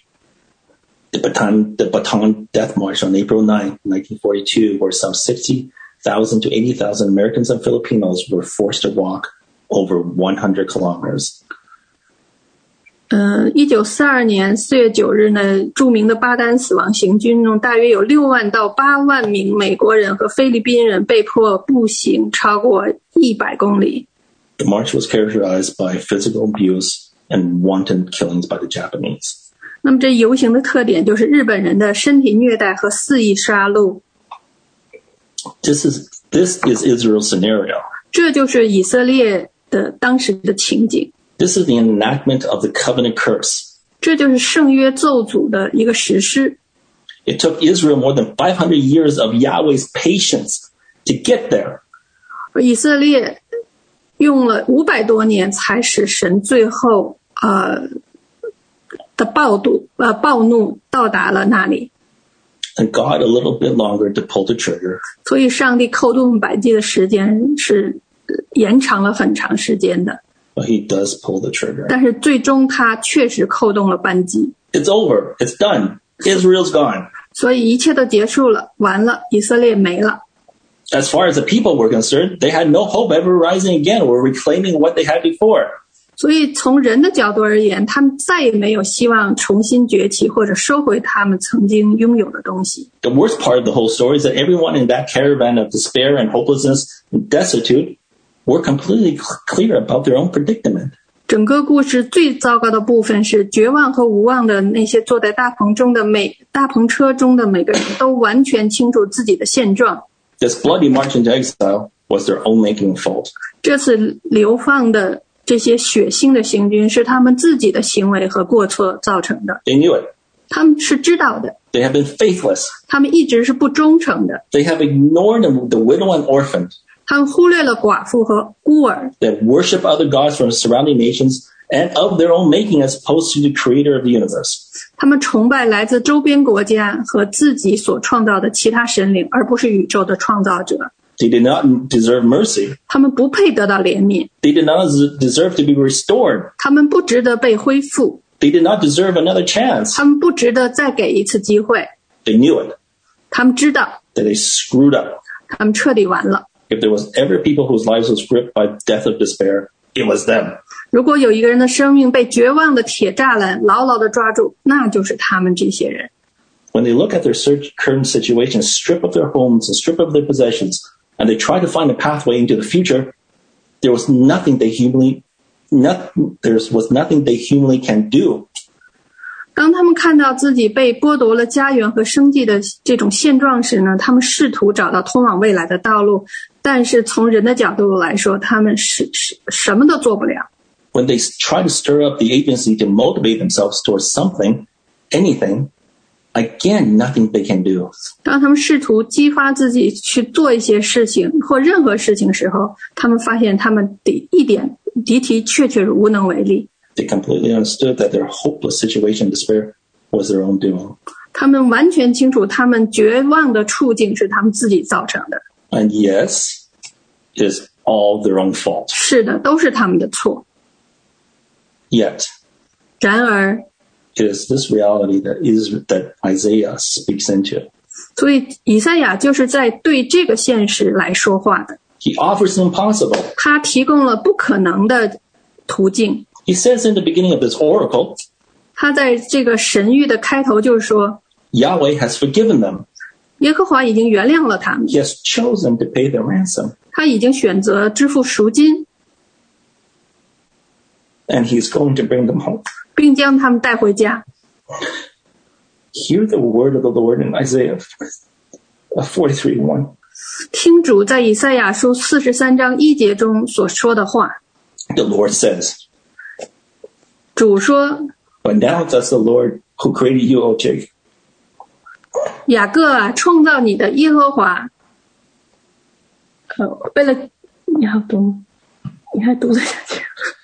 Speaker 1: The Bataan, the Bataan death march on April 9, 1942, where some 60,000 to 80,000 Americans and Filipinos were forced to walk over 100 kilometers.
Speaker 2: 嗯，一九四二年四月九日呢，著名的巴丹死亡行军中，大约有六万到八万名美国人和菲律宾人被迫步行超过一百公里。
Speaker 1: The march was characterized by physical abuse and wanton killings by the Japanese.
Speaker 2: 那么，这游行的特点就是日本人的身体虐待和肆意杀戮，
Speaker 1: this is this is Israel's scenario.
Speaker 2: 这就是以色列的当时的情景，
Speaker 1: This is the enactment of the covenant curse.
Speaker 2: 这就是圣约咒诅的一个实施。
Speaker 1: It took Israel more than 500 years of Yahweh's patience to get there.
Speaker 2: 以色列用了五百多年才使神最后呃的暴怒呃暴怒到达了那里，
Speaker 1: And God a little bit longer to pull the trigger.
Speaker 2: 所以上帝扣动百计的时间是呃延长了很长时间的，
Speaker 1: But he does pull the trigger.
Speaker 2: 但是最终他确实扣动了扳机，
Speaker 1: It's over. It's done. Israel's gone.
Speaker 2: 所以一切都结束了，完了，以色列没了。
Speaker 1: as far as the people were concerned, they had no hope ever rising again or reclaiming what they had before.
Speaker 2: 所以从人的角度而言，他们再也没有希望重新崛起或者收回他们曾经拥有的东西。
Speaker 1: The worst part of the whole story is that everyone in that caravan of despair and hopelessness and destitute were completely cl- clear about their own predicament.
Speaker 2: 整个故事最糟糕的部分是，绝望和无望的那些坐在大棚中的每大篷车中的每个人都完全清楚自己的现状。
Speaker 1: This bloody march into exile was their own making and fault.
Speaker 2: 这次流放的这些血腥的行军是他们自己的行为和过错造成的，
Speaker 1: They knew it.
Speaker 2: 他们是知道的，
Speaker 1: They have been faithless.
Speaker 2: 他们一直是不忠诚的，
Speaker 1: They have ignored the, the widow and orphan.
Speaker 2: 他们忽略了寡妇和孤儿，
Speaker 1: They worship other gods from surrounding nations and of their own making as opposed to the creator of the universe.
Speaker 2: 他们崇拜来自周边国家和自己所创造的其他神灵，而不是宇宙的创造者。
Speaker 1: They did not deserve mercy.
Speaker 2: 他们不配得到怜悯，
Speaker 1: They did not z- deserve to be restored.
Speaker 2: 他们不值得被恢复，
Speaker 1: They did not deserve another chance.
Speaker 2: 他们不值得再给一次机会。
Speaker 1: They knew it,
Speaker 2: 他们知道，
Speaker 1: that they screwed up.
Speaker 2: 他们彻底完了。
Speaker 1: If there was ever people whose lives was gripped by death of despair, it was them.
Speaker 2: 如果有一个人的生命被绝望的铁栅栏牢牢地抓住，那就是他们这些人。
Speaker 1: When they look at their cer- current situation, strip of their homes and strip of their possessions, and they try to find a pathway into the future, there was nothing they humanly, not, there was nothing they humanly can do
Speaker 2: 当他们看到自己被剥夺了家园和生计的这种现状时呢，他们试图找到通往未来的道路，但是从人的角度来说，他们是是什么都做不了。
Speaker 1: when they s- try to stir up the agency to motivate themselves towards something, anything, again, nothing they can do.
Speaker 2: 当他们试图激发自己去做一些事情或任何事情时候，他们发现他们的一点的的确确是无能为力。
Speaker 1: They completely understood that their hopeless situation, despair, was their own doing.
Speaker 2: 他们完全清楚，他们绝望的处境是他们自己造成的。
Speaker 1: And yes, it is all their own fault.
Speaker 2: 是的，都是他们的错。
Speaker 1: Yet,
Speaker 2: 然而，
Speaker 1: it is this reality that is that Isaiah speaks into.
Speaker 2: 所以以赛亚就是在对这个现实来说话的。
Speaker 1: He offers the impossible.
Speaker 2: 他提供了不可能的途径。
Speaker 1: He says in the beginning of this oracle,
Speaker 2: 他在这个神谕的开头就是说，
Speaker 1: Yahweh has forgiven them.
Speaker 2: 耶和华已经原谅了他们，
Speaker 1: He has chosen to pay their ransom,
Speaker 2: 他已经选择支付赎金，
Speaker 1: and he's going to bring them home.
Speaker 2: 并将他们带回家。
Speaker 1: hear the word of the Lord in Isaiah 43 1.
Speaker 2: 听主在以赛亚书四十三章一节中所说的话，
Speaker 1: The Lord says,
Speaker 2: 主说
Speaker 1: But now does the Lord who created you, O Jacob,：“
Speaker 2: 雅各啊，创造你的耶和华，呃，为了你要读吗，你还读得下去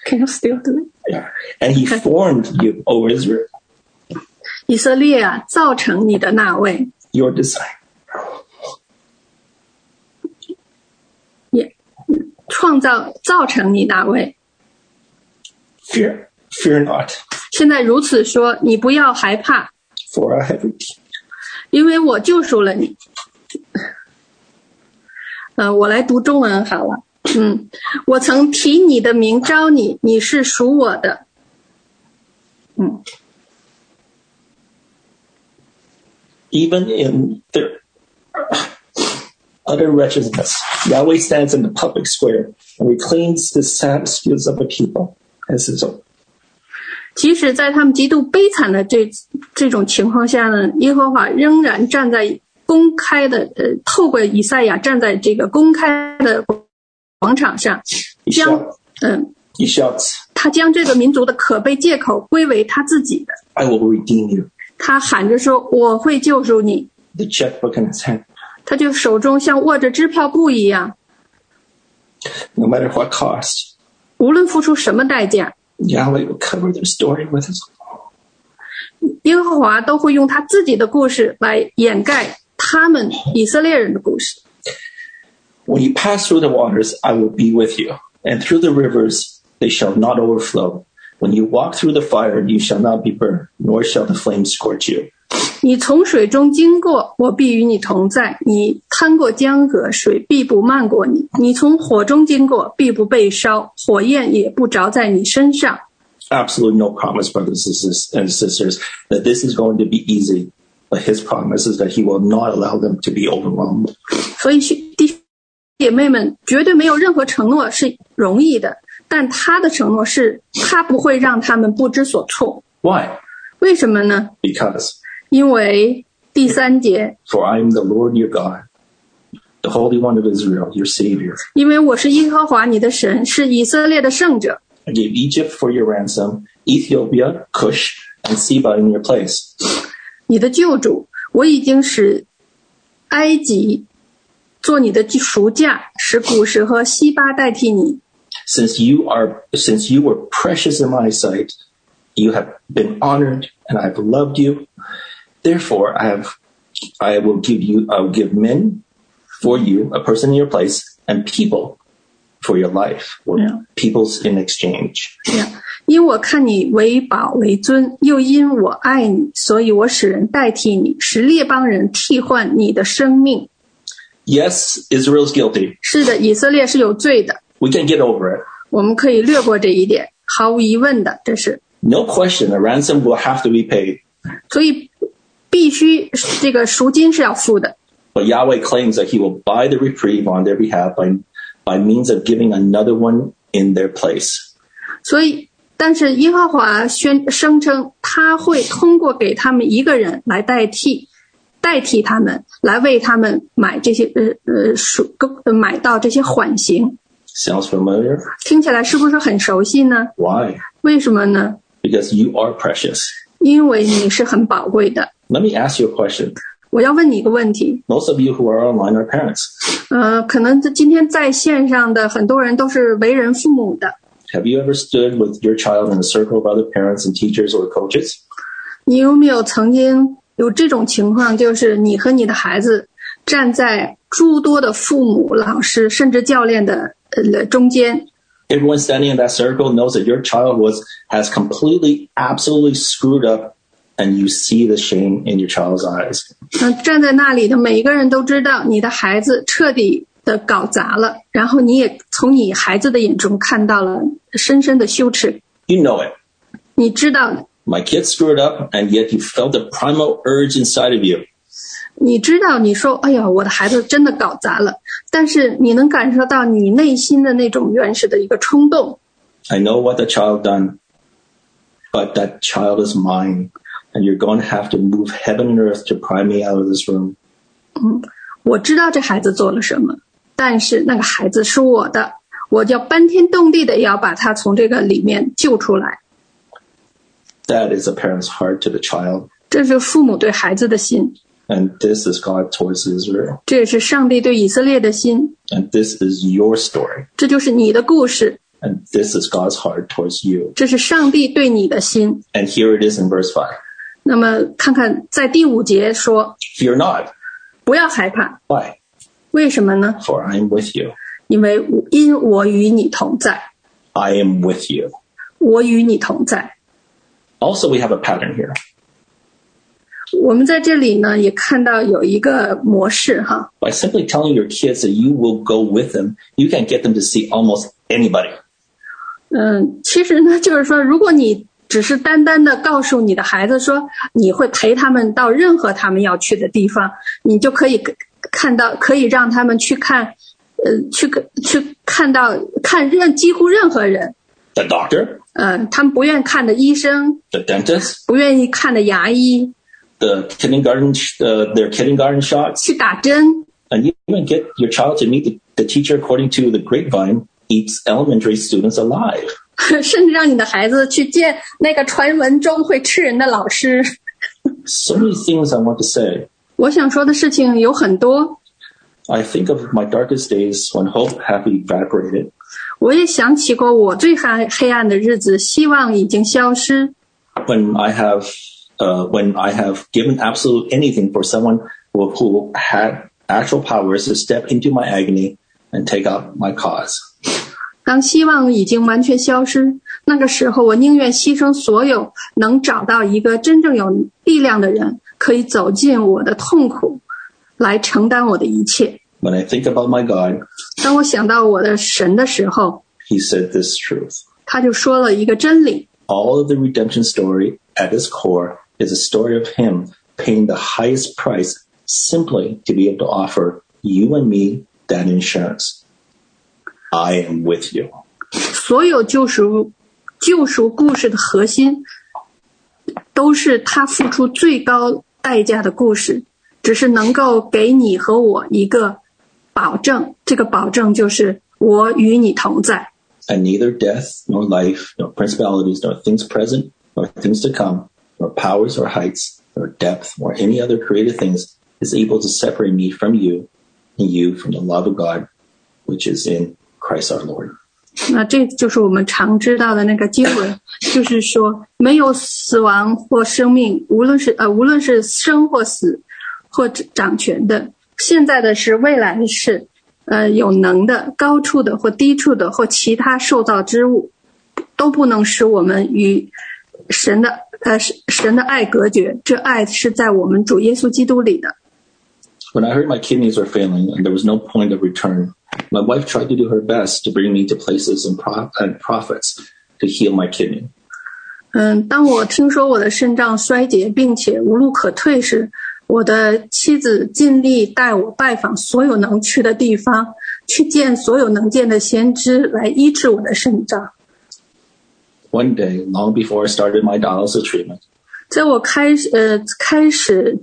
Speaker 2: ？Can you still do it？”
Speaker 1: and he formed you, O Israel,
Speaker 2: 以色列啊，造成你的那位，
Speaker 1: your design.
Speaker 2: 也创造造成你那位。
Speaker 1: Fear, fear not,
Speaker 2: 现在如此说，你不要害怕，
Speaker 1: for I have redeemed you.
Speaker 2: 因为我救赎了你。 呃，我来读中文好了。嗯，我曾提你的名招你，你是属我的。嗯，
Speaker 1: even in their utter wretchedness. Yahweh stands in the public square and reclaims the sacrifices of the people as his own.
Speaker 2: 即使在他们极度悲惨的这这种情况下呢，耶和华仍然站在公开的呃，透过以赛亚站在这个公开的广场上，
Speaker 1: He,
Speaker 2: 将
Speaker 1: shout,
Speaker 2: 嗯，
Speaker 1: he shouts,
Speaker 2: 他将这个民族的可悲借口归为他自己的。
Speaker 1: I will redeem you.
Speaker 2: 他喊着说：“我会救赎你。
Speaker 1: The checkbook in his hand, ”
Speaker 2: 他就手中像握着支票布一样，
Speaker 1: no matter what cost.
Speaker 2: 无论付出什么代价，
Speaker 1: Yahweh will cover their story with his own.
Speaker 2: 耶和华都会用他自己的故事来掩盖他们以色列人的故事。
Speaker 1: When you pass through the waters, I will be with you, and through the rivers, they shall not overflow. When you walk through the fire, you shall not be burned, nor shall the flames scorch you.
Speaker 2: 你从水中经过，我必与你同在；你趟过江河，水必不漫过你；你从火中经过，必不被烧，火焰也不着在你身上。
Speaker 1: Absolutely no promise, brothers and sisters, that this is going to be easy. But his promise is that he will not allow them to be overwhelmed.
Speaker 2: 所以，兄弟姐妹们，绝对没有任何承诺是容易的，但他的承诺是，他不会让他们不知所措。
Speaker 1: Why?
Speaker 2: 为什么呢？
Speaker 1: Because
Speaker 2: 因为第三节，
Speaker 1: for I am the Lord your God, the Holy One of Israel, your Savior.
Speaker 2: 因为我是耶和华你的神，是以色列的圣者。
Speaker 1: I gave Egypt for your ransom, Ethiopia, Cush, and Seba in your place.
Speaker 2: 你的救主，我已经使埃及做你的赎价，使古时和西巴代替你。
Speaker 1: Since you are, since you were precious in my sight, you have been honored, and I have loved you. Therefore, I have, I will give you, I will give men for you, a person in your place, and people for your life, or
Speaker 2: Yeah.
Speaker 1: peoples in exchange.
Speaker 2: 这样因我看你为宝为尊，又因我爱你，所以我使人代替你，使列邦人替换你的生命。
Speaker 1: Yes, Israel's guilty.
Speaker 2: 是的，以色列是有罪的，
Speaker 1: We can get over it.
Speaker 2: 我们可以略过这一点，毫无疑问的，这是
Speaker 1: No question, the ransom will have to be paid.
Speaker 2: 所以必须这个赎金是要付的。
Speaker 1: But Yahweh claims that he will buy the reprieve on their behalf by, by means of giving another one in their place.
Speaker 2: 所以，但是耶和华宣声称他会通过给他们一个人来代替，代替他们来为他们买这些呃呃赎呃买到这些缓刑，
Speaker 1: Sounds familiar?
Speaker 2: 听起来是不是很熟悉呢？
Speaker 1: Why?
Speaker 2: 为什么呢？
Speaker 1: Because you are precious.
Speaker 2: 因为你是很宝贵的。
Speaker 1: Let me ask you a question.
Speaker 2: 我要问你一个问题，
Speaker 1: Most of you who are online are parents.
Speaker 2: 呃，可能这今天在线上的很多人都是为人父母的，
Speaker 1: Have you ever stood with your child in a circle of other parents and teachers or coaches?
Speaker 2: 你有没有曾经有这种情况，就是你和你的孩子站在诸多的父母、老师甚至教练的呃中间，
Speaker 1: Everyone standing in that circle knows that your child was has completely, absolutely screwed up, and you see the shame in your child's eyes.
Speaker 2: 那站在那里的每一个人都知道你的孩子彻底的搞砸了，然后你也从你孩子的眼中看到了深深的羞耻，
Speaker 1: You know it.
Speaker 2: 你知道的。
Speaker 1: My kid screwed up, and yet you felt the primal urge inside of you.
Speaker 2: 你知道，你说：“哎呀，我的孩子真的搞砸了。”但是你能感受到你内心的那种原始的一个冲动。
Speaker 1: I know what the child done, but that child is mine, and you're going to have to move heaven and earth to pry me out of this room.
Speaker 2: 我知道这孩子做了什么，但是那个孩子是我的，我要搬天动地的也要把他从这个里面救出来。
Speaker 1: That is a parent's heart to the child,
Speaker 2: 这是父母对孩子的心，
Speaker 1: and this is God towards Israel,
Speaker 2: 这也是上帝对以色列的心，
Speaker 1: and this is your story,
Speaker 2: 这就是你的故事，
Speaker 1: and this is God's heart towards you.
Speaker 2: 这是上帝对你的心。
Speaker 1: And here it is in verse five:
Speaker 2: 那么，看看在第五节说，
Speaker 1: Fear not.
Speaker 2: 不要害怕，
Speaker 1: Why?
Speaker 2: 为什么呢？
Speaker 1: For I am with you.
Speaker 2: 因为我因我与你同在，
Speaker 1: I am with you.
Speaker 2: 我与你同在。
Speaker 1: Also, we have a pattern here.
Speaker 2: 我们在这里呢，也看到有一个模式哈，
Speaker 1: By simply telling your kids that you will go with them, you can get them to see almost anybody.
Speaker 2: 嗯，其实呢，就是说，如果你只是单单的告诉你的孩子说你会陪他们到任何他们要去的地方，你就可以看到，可以让他们去看，呃，去跟去看到看任几乎任何人，
Speaker 1: The doctor,
Speaker 2: 呃，他们不愿看的医生，
Speaker 1: the dentist,
Speaker 2: 不愿意看的牙医，
Speaker 1: the kindergarten, uh, their kindergarten shots,
Speaker 2: 去打针，
Speaker 1: and you even get your child to meet the, the teacher according to the grapevine eats elementary students alive.
Speaker 2: 甚至让你的孩子去见那个传闻中会吃人的老师。
Speaker 1: So many things I want to say.
Speaker 2: 我想说的事情有很多，
Speaker 1: I think of my darkest days when hope had evaporated.
Speaker 2: 我也想起过我最黑黑暗的日子，希望已经消失。
Speaker 1: When I have, uh, when I have given absolute anything for someone who, who had actual powers to step into my agony and take up my cause.
Speaker 2: 当希望已经完全消失，那个时候我宁愿牺牲所有，能找到一个真正有力量的人可以走进我的痛苦，来承担我的一切。
Speaker 1: When I think about my God,
Speaker 2: 当我想到我的神的时候，
Speaker 1: He said this truth.
Speaker 2: 他就说了一个真理：
Speaker 1: All of the redemption story at its core is a story of Him paying the highest price simply to be able to offer you and me that insurance. I am with you.
Speaker 2: 所有救赎救赎故事的核心，都是他付出最高代价的故事，只是能够给你和我一个保证。这个保证就是我与你同在，
Speaker 1: and neither death nor life, nor principalities, nor things present, nor things to come, nor powers or heights, nor depth, nor any other created things is able to separate me from you and you from the love of God, which is in Christ our Lord.
Speaker 2: 那这就是我们常知道的那个经文，就是说，没有死亡或生命，无论是呃，无论是生或死，或者掌权的，现在的是，未来的是，呃，有能的、高处的或低处的或其他受造之物，都不能使我们与神的呃神神的爱隔绝。这爱是在我们主耶稣基督里的。
Speaker 1: When I heard my kidneys were failing and there was no point of return, my wife tried to do her best to bring me to places and, prof- and prophets to heal my kidney.
Speaker 2: 嗯，当我听说我的肾脏衰竭并且无路可退时，我的妻子尽力带我拜访所有能去的地方，去见所有能见的先知，来医治我的肾脏。
Speaker 1: One day, long before I started my dialysis treatment,
Speaker 2: 在我开始呃开始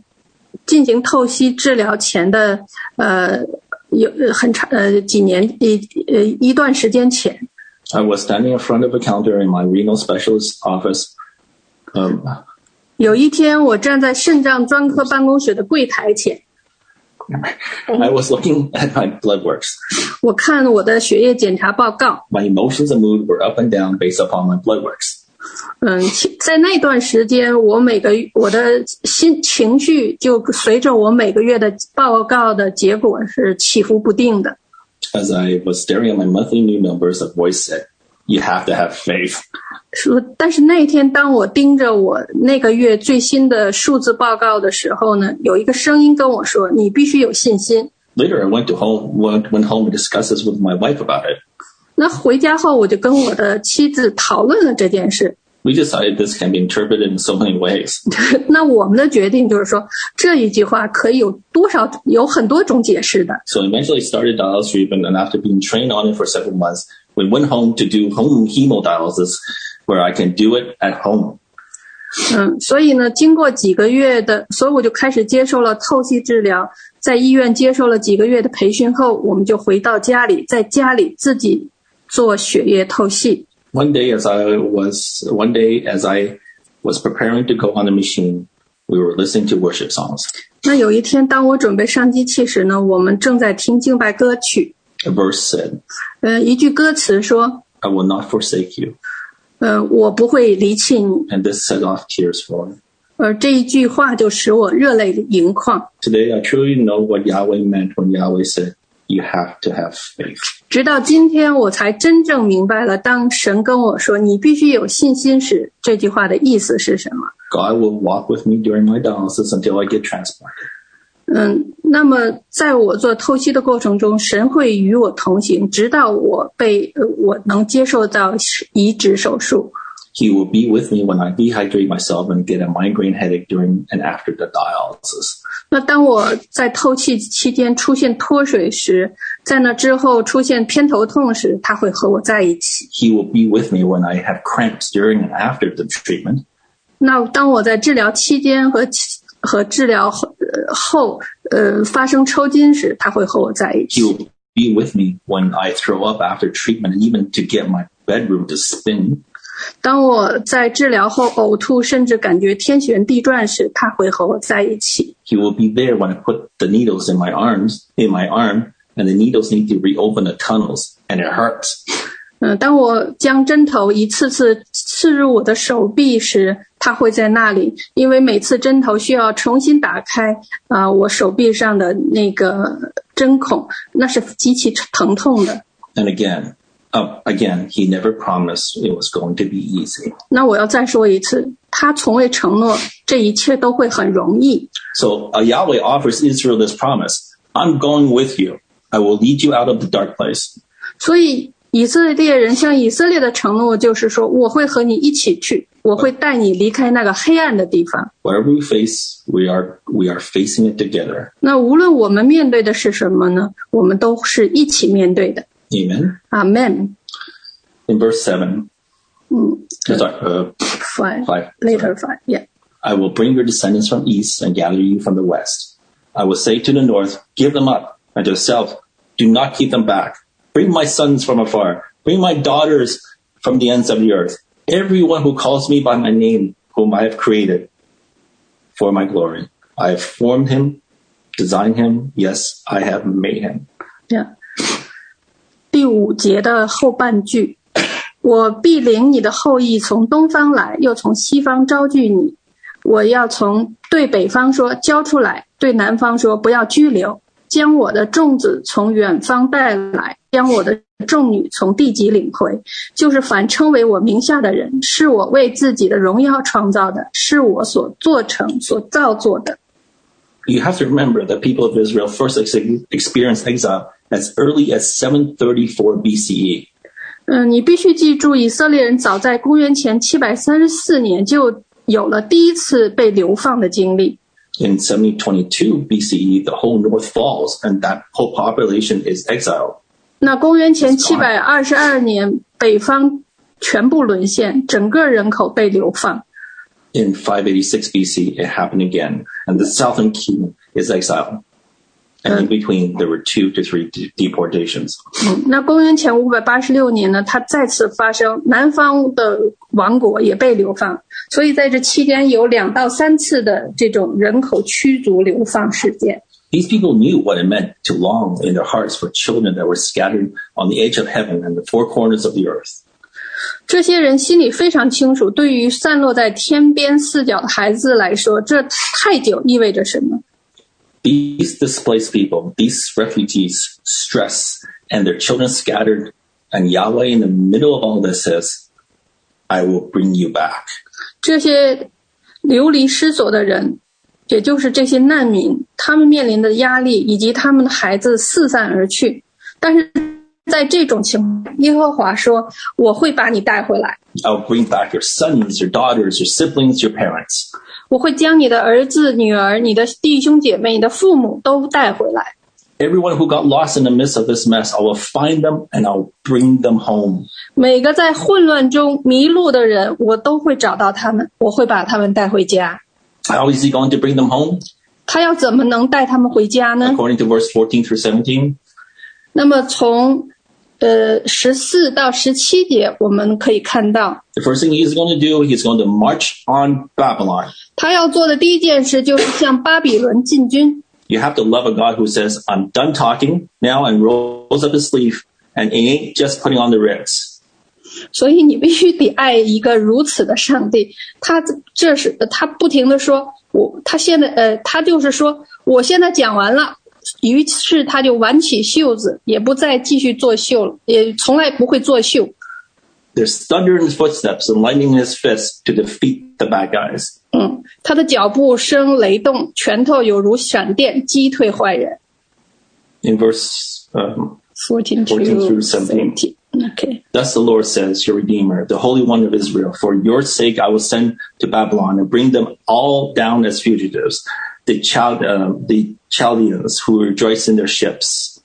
Speaker 2: 进行透析治疗前的呃有呃很长呃几年一呃一段时间前，
Speaker 1: I was standing in front of a counter in my renal specialist's office. Um,
Speaker 2: 有一天我站在肾脏专科办公室的柜台前，
Speaker 1: I was looking at my blood works.
Speaker 2: 我看我的血液检查报告。
Speaker 1: My emotions and mood were up and down based upon my blood works.
Speaker 2: 嗯，其在那段时间，我每个我的心情绪就随着我每个月的报告的结果是起伏不定的。
Speaker 1: As I was staring at my monthly new numbers, a voice said, You have to have faith.
Speaker 2: 说，但是那一天，当我盯着我那个月最新的数字报告的时候呢，有一个声音跟我说：“你必须有信心。
Speaker 1: Later, I went to home, went, went home and discussed this with my wife about it. ”
Speaker 2: 那回家后，我就跟我的妻子讨论了这件事。
Speaker 1: We decided this can be interpreted in so many ways.
Speaker 2: 那我们的决定就是说，这一句话可以有多少有很多种解释的。
Speaker 1: So I eventually started dialysis treatment, and after being trained on it for several months, we went home to do home hemodialysis, where I can do it at home.
Speaker 2: 嗯，所以呢，经过几个月的，所以我就开始接受了透析治疗，在医院接受了几个月的培训后，我们就回到家里，在家里自己做血液透析。
Speaker 1: one day as I was one day as I was preparing to go on the machine, we were listening to worship songs.
Speaker 2: 那有一天，当我准备上机器时呢，我们正在听敬拜歌曲，
Speaker 1: A verse said,
Speaker 2: 呃，一句歌词说
Speaker 1: I will not forsake you.
Speaker 2: 呃，我不会离弃你，
Speaker 1: And this set off tears flowing.
Speaker 2: 而这一句话就使我热泪盈眶。
Speaker 1: Today I truly know what Yahweh meant when Yahweh said, You have to have faith.
Speaker 2: 直到今天，我才真正明白了，当神跟我说“你必须有信心”时，这句话的意思是什么。
Speaker 1: God will walk with me during my dialysis until I get transplanted.
Speaker 2: 嗯，那么在我做透析的过程中，神会与我同行，直到我被呃我能接受到移植手术。
Speaker 1: He will be with me when I dehydrate myself and get a migraine headache during and after the dialysis.
Speaker 2: 那当我在透气期间出现脱水时，在那之后出现偏头痛时，他会和我在一起。
Speaker 1: He will be with me when I have cramps during and after the treatment.
Speaker 2: 那当我在治疗期间和其和治疗后呃后呃发生抽筋时，他会和我在一
Speaker 1: He
Speaker 2: 起。
Speaker 1: will be with me when I throw up after treatment and even to get my bedroom to spin.
Speaker 2: 当我在治疗后呕吐，甚至感觉天旋地转时，他会和我在一起。
Speaker 1: He will be there when I put the needles in my arms, in my arm, and the needles need to reopen the tunnels and it hurts.
Speaker 2: 嗯，当我将针头一次次刺入我的手臂时，它会在那里，因为每次针头需要重新打开啊、我手臂上的那个针孔，那是极其疼痛的。
Speaker 1: And again, Uh, again, he never promised it was going to be easy.
Speaker 2: 那我要再说一次，他从未承诺这一切都会很容易。
Speaker 1: So uh, Yahweh offers Israel this promise I'm going with you. I will lead you out of the dark place.
Speaker 2: 所以以色列人向以色列的承诺就是说，我会和你一起去，我会带你离开那个黑暗的地方。
Speaker 1: Whatever we face, we are, we are facing it together.
Speaker 2: 那无论我们面对的是什么呢？我们都是一起面对的。
Speaker 1: Amen.
Speaker 2: 阿门。
Speaker 1: In verse 7, uh, sorry, uh,
Speaker 2: Fine.
Speaker 1: Fine.
Speaker 2: Later fine. Yeah.
Speaker 1: I will bring your descendants from east and gather you from the west. I will say to the north, give them up, and to the south, do not keep them back. Bring my sons from afar. Bring my daughters from the ends of the earth. Everyone who calls me by my name, whom I have created for my glory. I have formed him, designed him. Yes, I have made him.
Speaker 2: Yeah. 第五节的后半句，我必领你的后裔从东方来，又从西方招聚你。我要从对北方说交出来，对南方说不要拘留，将我的众子从远方带来，将我的众女从地级领回。就是凡称为我名下的人，是我为自己的荣耀创造的，是我所做成、所造作的。
Speaker 1: You have to remember the people of Israel first ex- experienced exile as early as 734 BCE.
Speaker 2: 嗯，你必须记住，以色列人早在公元前七百三十四年就有了第一次被流放的经历。
Speaker 1: in 7022 BCE, E, the whole north falls and that whole population is exiled.
Speaker 2: 那公元前七百二十二年，北方全部沦陷，整个人口被流放。
Speaker 1: In 586 BC, E, it happened again, and the southern kingdom is exiled. And in between, there were two to three de- deportations.
Speaker 2: 嗯，那公元前五百八十六年呢，它再次发生，南方的王国也被流放。所以在这期间有两到三次的这种人口驱逐流放事件。
Speaker 1: These people knew what it meant to long in their hearts for children that were scattered on the edge of heaven and the four corners of the earth.
Speaker 2: 这些人心里非常清楚，对于散落在天边四角的孩子来说，这太久意味着什么？
Speaker 1: These displaced people, these refugees, stress, and their children scattered. And Yahweh, in the middle of all this, says, I will bring you back.
Speaker 2: 这些流离失所的人，也就是这些难民，他们面临的压力以及他们的孩子四散而去。但是在这种情况，耶和华说：“我会把你带回来，
Speaker 1: I'll bring back your sons, your daughters, your siblings, your parents.
Speaker 2: 我会将你的儿子、女儿、你的弟兄姐妹、你的父母都带回来。”
Speaker 1: Everyone who got lost in the midst of this mess, I will find them and I'll bring them home.
Speaker 2: 每个在混乱中迷路的人，我都会找到他们，我会把他们带回家。
Speaker 1: How is he going to bring them home?
Speaker 2: 他要怎么能带他们回家呢？
Speaker 1: According to verse 14 through 17,
Speaker 2: 那么从呃十四到十七节，我们可以看到，
Speaker 1: the first thing he's going to do, he's going to march on Babylon.
Speaker 2: 他要做的第一件事就是向巴比伦进军。
Speaker 1: You have to love a God who says, I'm done talking now and rolls up his sleeve and he ain't just putting on the ritz.
Speaker 2: 所以你必须得爱一个如此的上帝。他这是他不停的说，我他现在呃，他就是说，我现在讲完了。于是他就挽起袖子，也不再继续作秀了，也从来不会作秀。
Speaker 1: There's thunder in his footsteps and lightning in his fists to defeat the bad guys.
Speaker 2: 嗯，他的脚步声雷动，拳头有如闪电，击退坏人。
Speaker 1: In verse um,
Speaker 2: Fourteen
Speaker 1: through
Speaker 2: to
Speaker 1: seventeen.
Speaker 2: OK，
Speaker 1: Thus the Lord says, your Redeemer, the Holy One of Israel, for your sake I will send to Babylon and bring them all down as fugitives, the, Chal- uh, the Chaldeans who rejoice in their ships.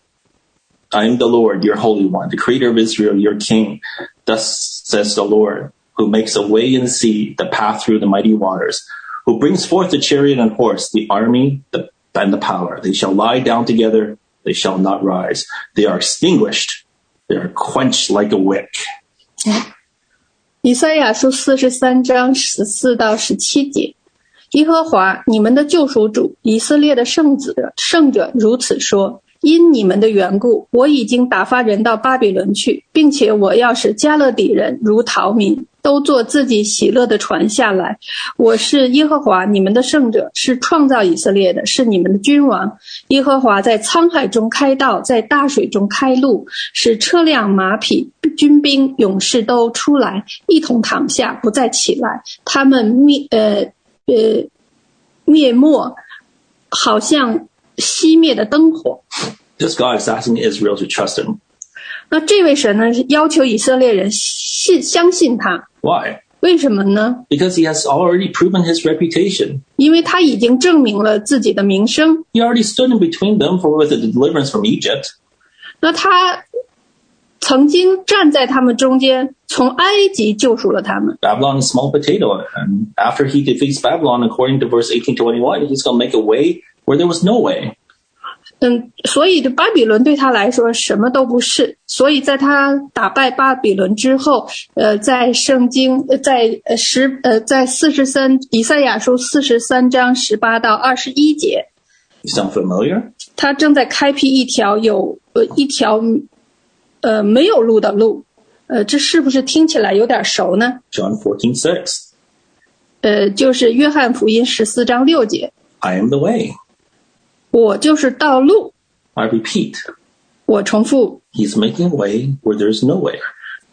Speaker 1: I am the Lord, your Holy One, the Creator of Israel, your King. Thus says the Lord, who makes a way in the sea, the path through the mighty waters, who brings forth the chariot and horse, the army the, and the power. They shall lie down together, they shall not rise. They are extinguished, they are quenched like a wick.
Speaker 2: 以赛亚书四十三章十四到十七节：耶和华你们的救赎主，以色列的圣子圣者如此说：因你们的缘故，我已经打发人到巴比伦去，并且我要使加勒底人如逃民，都坐自己喜乐的船下来。我是耶和华你们的圣者，是创造以色列的，是你们的君王。耶和华在沧海中开道，在大水中开路，使车辆、马匹、军兵、勇士都出来，一同躺下，不再起来。他们灭呃呃灭没，好像熄灭的灯火。
Speaker 1: This God is asking Israel to trust him.
Speaker 2: 那这位神呢，是要求以色列人信相信他，
Speaker 1: Why?
Speaker 2: 为什么呢？
Speaker 1: Because he has already proven his reputation.
Speaker 2: 因为他已经证明了自己的名声。
Speaker 1: He already stood in between them for with the deliverance from Egypt.
Speaker 2: 那他曾经站在他们中间，从埃及救赎了他们。
Speaker 1: Babylon is small potato, and after he defeats Babylon, according to verse eighteen to twenty-one, he's going to make a way where there was no way.
Speaker 2: 嗯，所以这巴比伦对他来说什么都不是。所以在他打败巴比伦之后，呃，在圣经呃在呃十呃在四十三以赛亚书四十三章十八到二十一节，
Speaker 1: You sound familiar?
Speaker 2: 他正在开辟一条有呃一条呃没有路的路。呃，这是不是听起来有点熟呢？
Speaker 1: John fourteen six.
Speaker 2: 呃，就是约翰福音十四章六节，
Speaker 1: I am the way.
Speaker 2: 我就是道路。
Speaker 1: I repeat,
Speaker 2: 我重复，
Speaker 1: he's making a way where there's no way.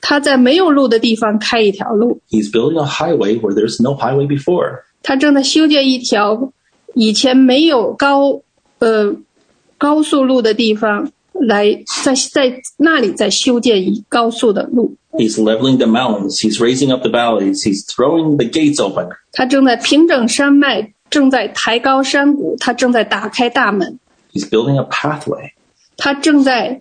Speaker 2: 他在没有路的地方开一条路，
Speaker 1: He's building a highway where there's no highway before.
Speaker 2: 他正在修建一条以前没有高呃高速路的地方，来在在那里再修建一高速的路。
Speaker 1: He's leveling the mountains. He's raising up the valleys. He's throwing the gates open.
Speaker 2: 他正在平整山脉，正在抬高山谷，他正在打开大门，
Speaker 1: He's building a pathway
Speaker 2: 他正在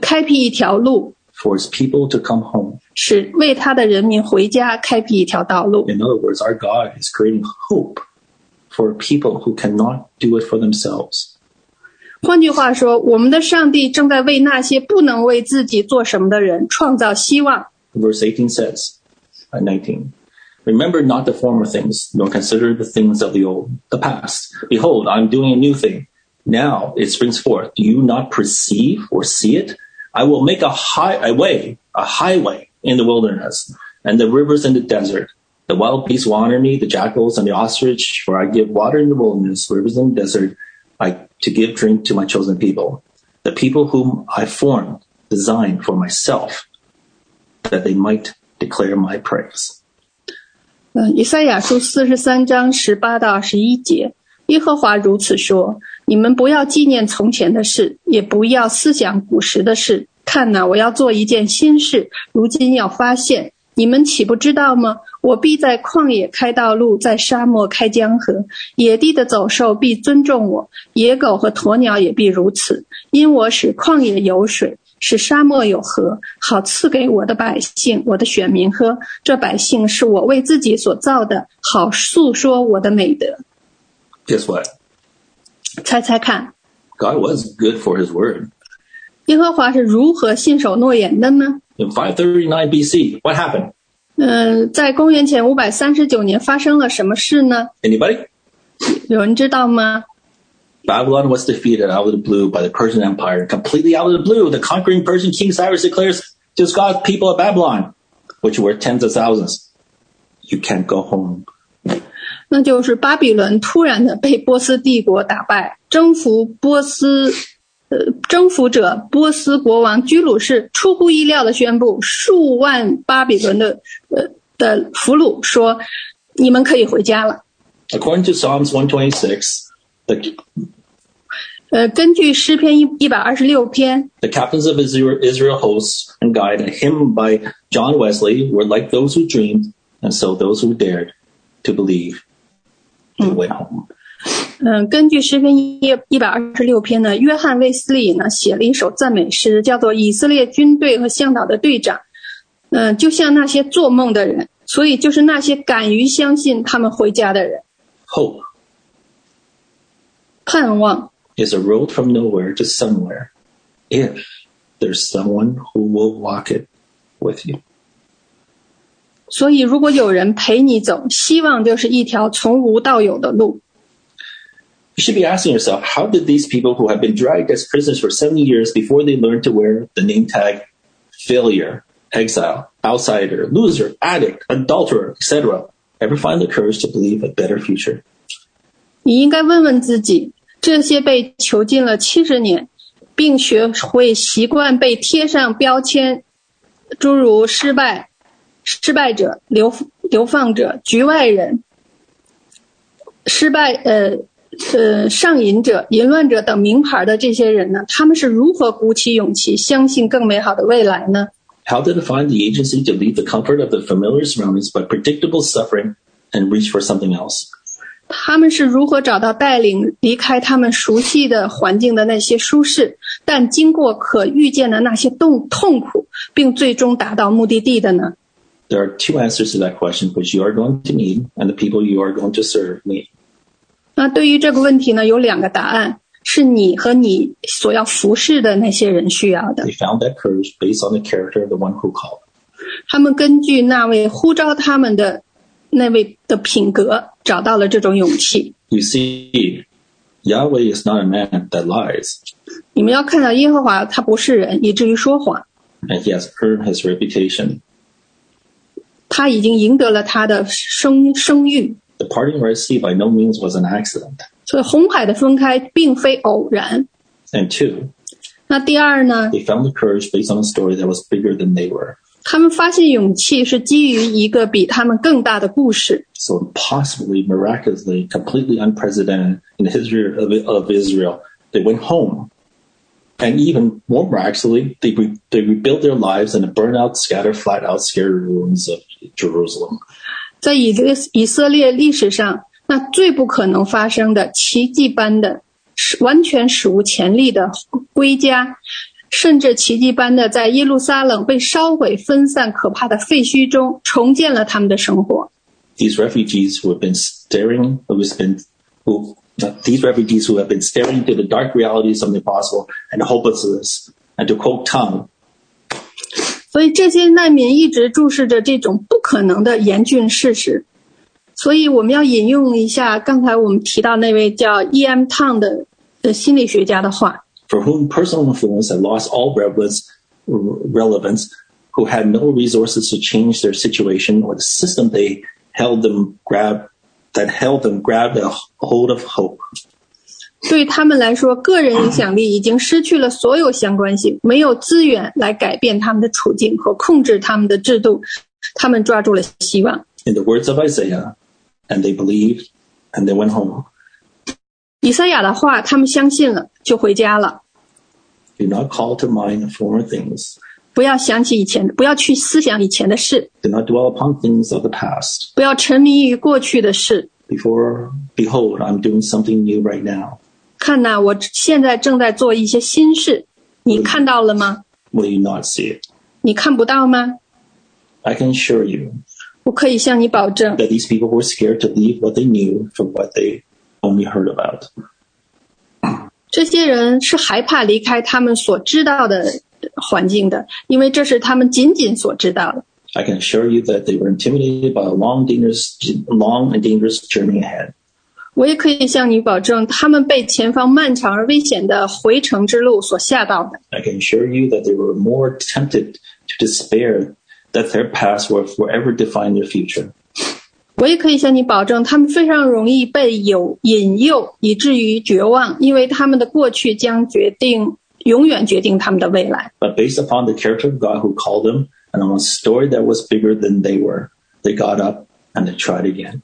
Speaker 2: 开辟一条路，
Speaker 1: for his people to come home.
Speaker 2: 使为他的人民回家开辟一条道路。
Speaker 1: In other words, our God is creating hope for people who cannot do it for themselves.
Speaker 2: 换句话说，我们的上帝正在为那些不能为自己做什么的人创造希望。
Speaker 1: Verse 18 says, uh, 19, Remember not the former things, nor consider the things of the old, the past. Behold, I'm doing a new thing. Now it springs forth. Do you not perceive or see it? I will make a high a way, a highway in the wilderness, and the rivers in the desert. The wild beasts will honor me, the jackals and the ostrich, for I give water in the wilderness, rivers in the desert, I, to give drink to my chosen people, the people whom I formed, designed for myself, that they might declare my praise.
Speaker 2: 嗯，以赛亚书四十三章十八到二十一节，耶和华如此说：你们不要纪念从前的事，也不要思想古时的事。看呐、我要做一件新事，如今要发现。你们岂不知道吗？我必在旷野开道路，在沙漠开江河，野地的走兽必尊重我，野狗和鸵鸟也必如此，因我使旷野有水，使沙漠有河，好赐给我的百姓，我的选民喝。这百姓是我为自己所造的，好诉说我的美德。
Speaker 1: Guess what?
Speaker 2: 猜猜看，
Speaker 1: God was good for his word.
Speaker 2: 耶和华是如何信守诺言的呢？
Speaker 1: In 539 BC, what happened?
Speaker 2: 嗯、在公元前五百三十九年发生了什么事呢？
Speaker 1: Anybody?
Speaker 2: 有人知道吗？
Speaker 1: Babylon was defeated out of the blue by the Persian Empire. Completely out of the blue, the conquering Persian king Cyrus declares to his God's people of Babylon, which were tens of thousands, you can't go home.
Speaker 2: 那就是巴比伦突然的被波斯帝国打败，征服波斯，呃，征服者波斯国王居鲁士出乎意料的宣布，数万巴比伦的呃的俘虏说，你们可以回家了。
Speaker 1: According to Psalms 126, the,
Speaker 2: 呃，根据诗篇一一百二十六篇，
Speaker 1: the captains of Israel, Israel hosts and guide, a hymn by John Wesley, were like those who dreamed, and so those who dared to believe, they went home.
Speaker 2: 嗯，根据诗篇一一百二十六篇呢，约翰·卫斯理呢写了一首赞美诗，叫做《以色列军队和向导的队长》。嗯，就像那些做梦的人，所以就是那些敢于相信他们回家的人，
Speaker 1: Hope
Speaker 2: 盼望
Speaker 1: is a road from nowhere to somewhere if there's someone who will walk it with you.
Speaker 2: 所以，如果有人陪你走，希望就是一条从无到有的路。
Speaker 1: You should be asking yourself, how did these people who have been dragged as prisoners for 70 years before they learned to wear the name tag failure, exile, outsider, loser, addict, adulterer, etc., ever find the courage to believe a better future?
Speaker 2: 你应该问问自己：这些被囚禁了七十年，并学会习惯被贴上标签，诸如失败、失败者、流流放者、局外人、失败呃呃上瘾者、淫乱者等名牌的这些人呢，他们是如何鼓起勇气，相信更美好的未来呢？
Speaker 1: How did it find the agency to leave the comfort of the familiar surroundings but predictable suffering and reach for something else?
Speaker 2: 他们是如何找到带领离开他们熟悉的环境的那些舒适，但经过可预见的那些痛痛苦，并最终达到目的地的呢？
Speaker 1: There are two answers to that question, which you are going to need and the people you are going to serve need.
Speaker 2: 那对于这个问题呢，有两个答案，是你和你所要服侍的那些人需要的
Speaker 1: They。found that courage based on the character of the one who called.
Speaker 2: 他们根据那位呼召他们的那位的品格，找到了这种勇气。
Speaker 1: You see, Yahweh is not a man that lies,
Speaker 2: 你们要看到耶和华他不是人，以至于说谎，
Speaker 1: and he has earned his reputation.
Speaker 2: 他已经赢得了他的声声誉。
Speaker 1: The parting Red Sea by no means was an accident.
Speaker 2: 所以红海的分开并非偶然。
Speaker 1: And two,
Speaker 2: 那第二呢？
Speaker 1: they found the courage based on a story that was bigger than they were.
Speaker 2: 他们发现勇气是基于一个比他们更大的故事。
Speaker 1: So impossibly, miraculously, completely unprecedented in the history of, of Israel, they went home. And even more miraculously, they, re, they rebuilt their lives in the burnout, scattered, flat out, scary ruins of Jerusalem.
Speaker 2: 在以色列以色列历史上，那最不可能发生的奇迹般的、史完全史无前例的归家，甚至奇迹般的在耶路撒冷被烧毁、分散、可怕的废墟中重建了他们的生活。
Speaker 1: These refugees who have been staring, who has been, who, these refugees who have been staring into the dark realities of the impossible and hopelessness, and to quote Tongue,
Speaker 2: 所以这些难民一直注视着这种不可能的严峻事实。所以我们要引用一下刚才我们提到那位叫 E.M. t o n 的呃心理学家的话，
Speaker 1: for whom personal influence had lost all relevance, relevance, who had no resources to change their situation or the system they held them grab that held them grabbed a hold of hope.
Speaker 2: 对于他们来说，个人影响力已经失去了所有相关性，没有资源来改变他们的处境和控制他们的制度，他们抓住了希望。
Speaker 1: In the words of Isaiah, and they believed, and they went home.
Speaker 2: 以赛亚的话，他们相信了，就回家了。
Speaker 1: Do not call to mind the former things.
Speaker 2: 不要想起以前，不要去思想以前的事，
Speaker 1: Do not dwell upon things of the past.
Speaker 2: 不要沉迷于过去的事。
Speaker 1: Before, behold, I'm doing something new right now.
Speaker 2: 看呐、我现在正在做一些新事，你看到了吗？
Speaker 1: Will you not see it?
Speaker 2: 你看不到吗？
Speaker 1: I can assure you
Speaker 2: 我可以向你保证，
Speaker 1: that these people were scared to leave what they knew for what they only heard about.
Speaker 2: 这些人是害怕离开他们所知道的环境的，因为这是他们仅仅所知道的。
Speaker 1: I can assure you that they were intimidated by a long, dangerous, long and dangerous journey ahead.
Speaker 2: 我也可以向你保证，他们被前方漫长而危险的回程之路所吓到的。
Speaker 1: I can assure you that they were more tempted to despair that their past would forever define their future.
Speaker 2: 我也可以向你保证，他们非常容易被有引诱，以至于绝望，因为他们的过去将决定永远决定他们的未来。
Speaker 1: But based upon the character of God who called them and on a story that was bigger than they were, they got up and they tried again.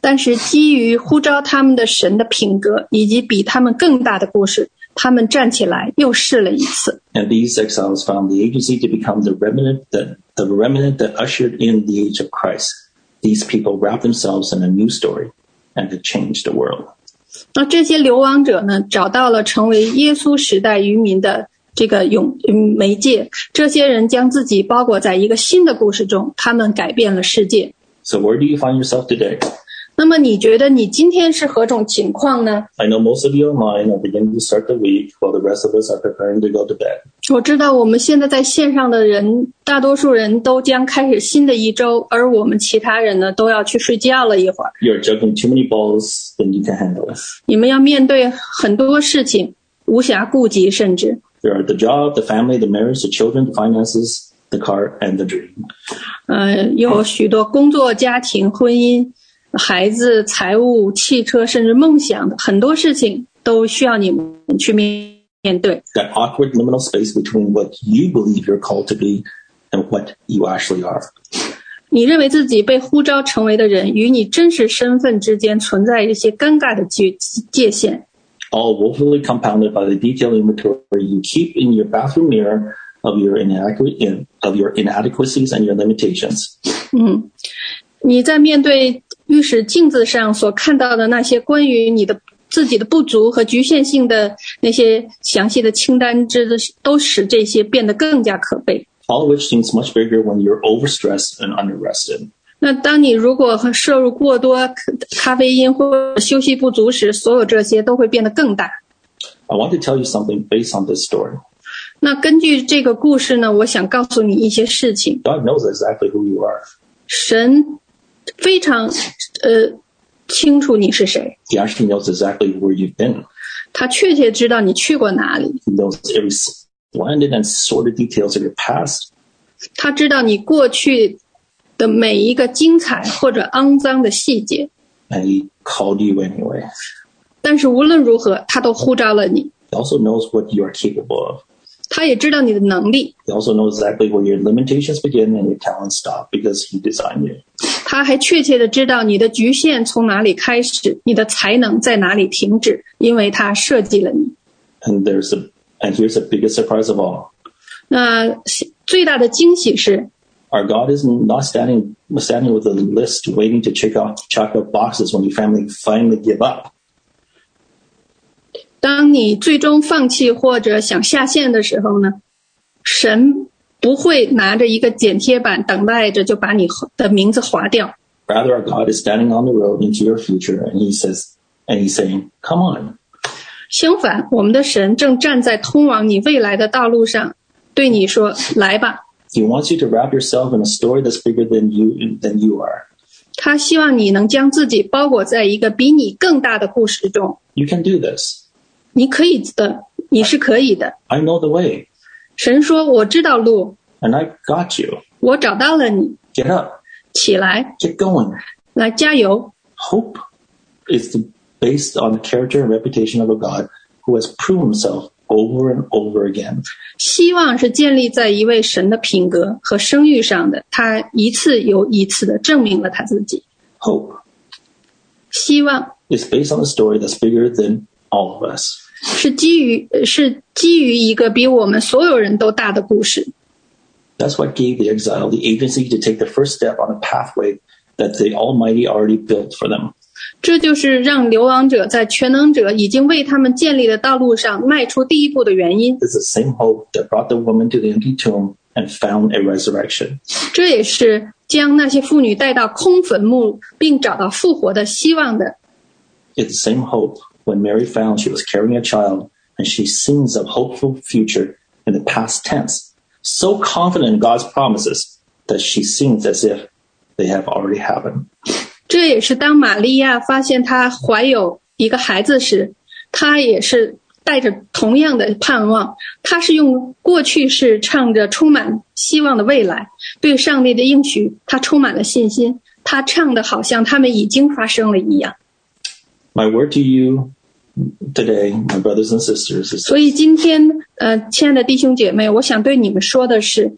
Speaker 2: 但是基于呼召他们的神的品格，以及比他们更大的故事，他们站起来又试了一次。
Speaker 1: And these exiles found the agency to become the remnant that the remnant that ushered in the age of Christ. These people wrapped themselves in a new story and they changed the world.
Speaker 2: 那这些流亡者呢，找到了成为耶稣时代渔民的这个永嗯媒介。这些人将自己包裹在一个新的故事中，他们改变了世界。
Speaker 1: So where do you find yourself today?
Speaker 2: 那么你觉得你今天是何种情况呢？
Speaker 1: I know most of you online are beginning to start the week while the rest of us are preparing to go to bed.
Speaker 2: 我知道我们现在在线上的人，大多数人都将开始新的一周，而我们其他人呢，都要去睡觉了一会儿。
Speaker 1: You're juggling too many balls than you can handle.
Speaker 2: 你们要面对很多事情，无暇顾及，甚至
Speaker 1: There are the job, the family, the marriage, the children, the finances, the car, and the dream.
Speaker 2: 呃，有许多工作、家庭、婚姻、孩子、财务、汽车，甚至梦想，很多事情都需要你们去面面对。
Speaker 1: That awkward liminal space between what you believe you're called to be and what you actually are.
Speaker 2: 你认为自己被呼召成为的人与你真实身份之间存在一些尴尬的界界限，
Speaker 1: all woefully compounded by the detailed inventory you keep in your bathroom mirror of your inadequate of your inadequacies and your limitations.
Speaker 2: 你在面对浴室镜子上所看到的那些关于你的自己的不足和局限性的那些详细的清单之，都使这些变得更加可悲。
Speaker 1: All of which seems much bigger when you're overstressed and underrested.
Speaker 2: 那当你如果和摄入过多咖咖啡因或者休息不足时，所有这些都会变得更大。
Speaker 1: I want to tell you something based on this story.
Speaker 2: 那根据这个故事呢，我想告诉你一些事情。
Speaker 1: God knows exactly who you are.
Speaker 2: 神非常呃清楚你是谁，
Speaker 1: He actually knows exactly where you've been.
Speaker 2: 他确切知道你去过哪里，
Speaker 1: He knows every splendid and sordid details of your past.
Speaker 2: 他知道你过去的每一个精彩或者肮脏的细节。
Speaker 1: And he called you anyway.
Speaker 2: 但是无论如何，他都呼召了你，
Speaker 1: He also knows what you are capable of.
Speaker 2: 他也知道你的能力，
Speaker 1: He also knows exactly where your limitations begin and your talents stop because he designed you.
Speaker 2: 他还确切的知道你的局限从哪里开始，你的才能在哪里停止，因为他设计了你。
Speaker 1: And there's a and here's the biggest surprise of all.
Speaker 2: 那最大的惊喜是，
Speaker 1: Our God is not standing standing with a list waiting to check off check off boxes when you finally finally give up.
Speaker 2: 当你最终放弃或者想下线的时候呢，神不会拿着一个剪贴板等待着就把你的名字划掉，
Speaker 1: Rather our God is standing on the road into your future and he says and he's saying, Come on.
Speaker 2: 相反，我们的神正站在通往你未来的道路上，对你说：“来吧。
Speaker 1: He wants you to wrap yourself in a story that's bigger than you than you are. ”
Speaker 2: 他希望你能将自己包裹在一个比你更大的故事中。
Speaker 1: You can do this.
Speaker 2: 你可以的，你是可以的。
Speaker 1: I know the way.
Speaker 2: 神说：“我知道路，
Speaker 1: And I got you.
Speaker 2: 我找到了你，
Speaker 1: Get up.
Speaker 2: 起来，
Speaker 1: Get going.
Speaker 2: 来加油。
Speaker 1: Hope is the, based on the character and reputation of a God who has proven himself over and over again. ”
Speaker 2: 希望是建立在一位神的品格和声誉上的，他一次又一次的证明了他自己。
Speaker 1: Hope
Speaker 2: 希望
Speaker 1: is based on a story that's bigger than all of us.
Speaker 2: 是基于呃是基于一个比我们所有人都大的故事，
Speaker 1: That's what gave the exile the agency to take the first step on a pathway that the Almighty already built for them.
Speaker 2: 这就是让流亡者在全能者已经为他们建立的道路上迈出第一步的原因。
Speaker 1: It's the same hope that brought the woman to the empty tomb and found a resurrection.
Speaker 2: 这也是将那些妇女带到空坟墓并找到复活的希望的
Speaker 1: It's the same hope when Mary found she was carrying a child and she sings of hopeful future in the past tense, so confident in God's promises that she sings as if they have already happened.
Speaker 2: 这也是当玛利亚发现她怀有一个孩子时，她也是带着同样的盼望。她是用过去式唱着充满希望的未来，对上帝的应许，她充满了信心。她唱的好像他们已经发生了一样。
Speaker 1: My word to you today, my brothers and sisters, is
Speaker 2: 所以今天，呃，亲爱的弟兄姐妹，我想对你们说的是，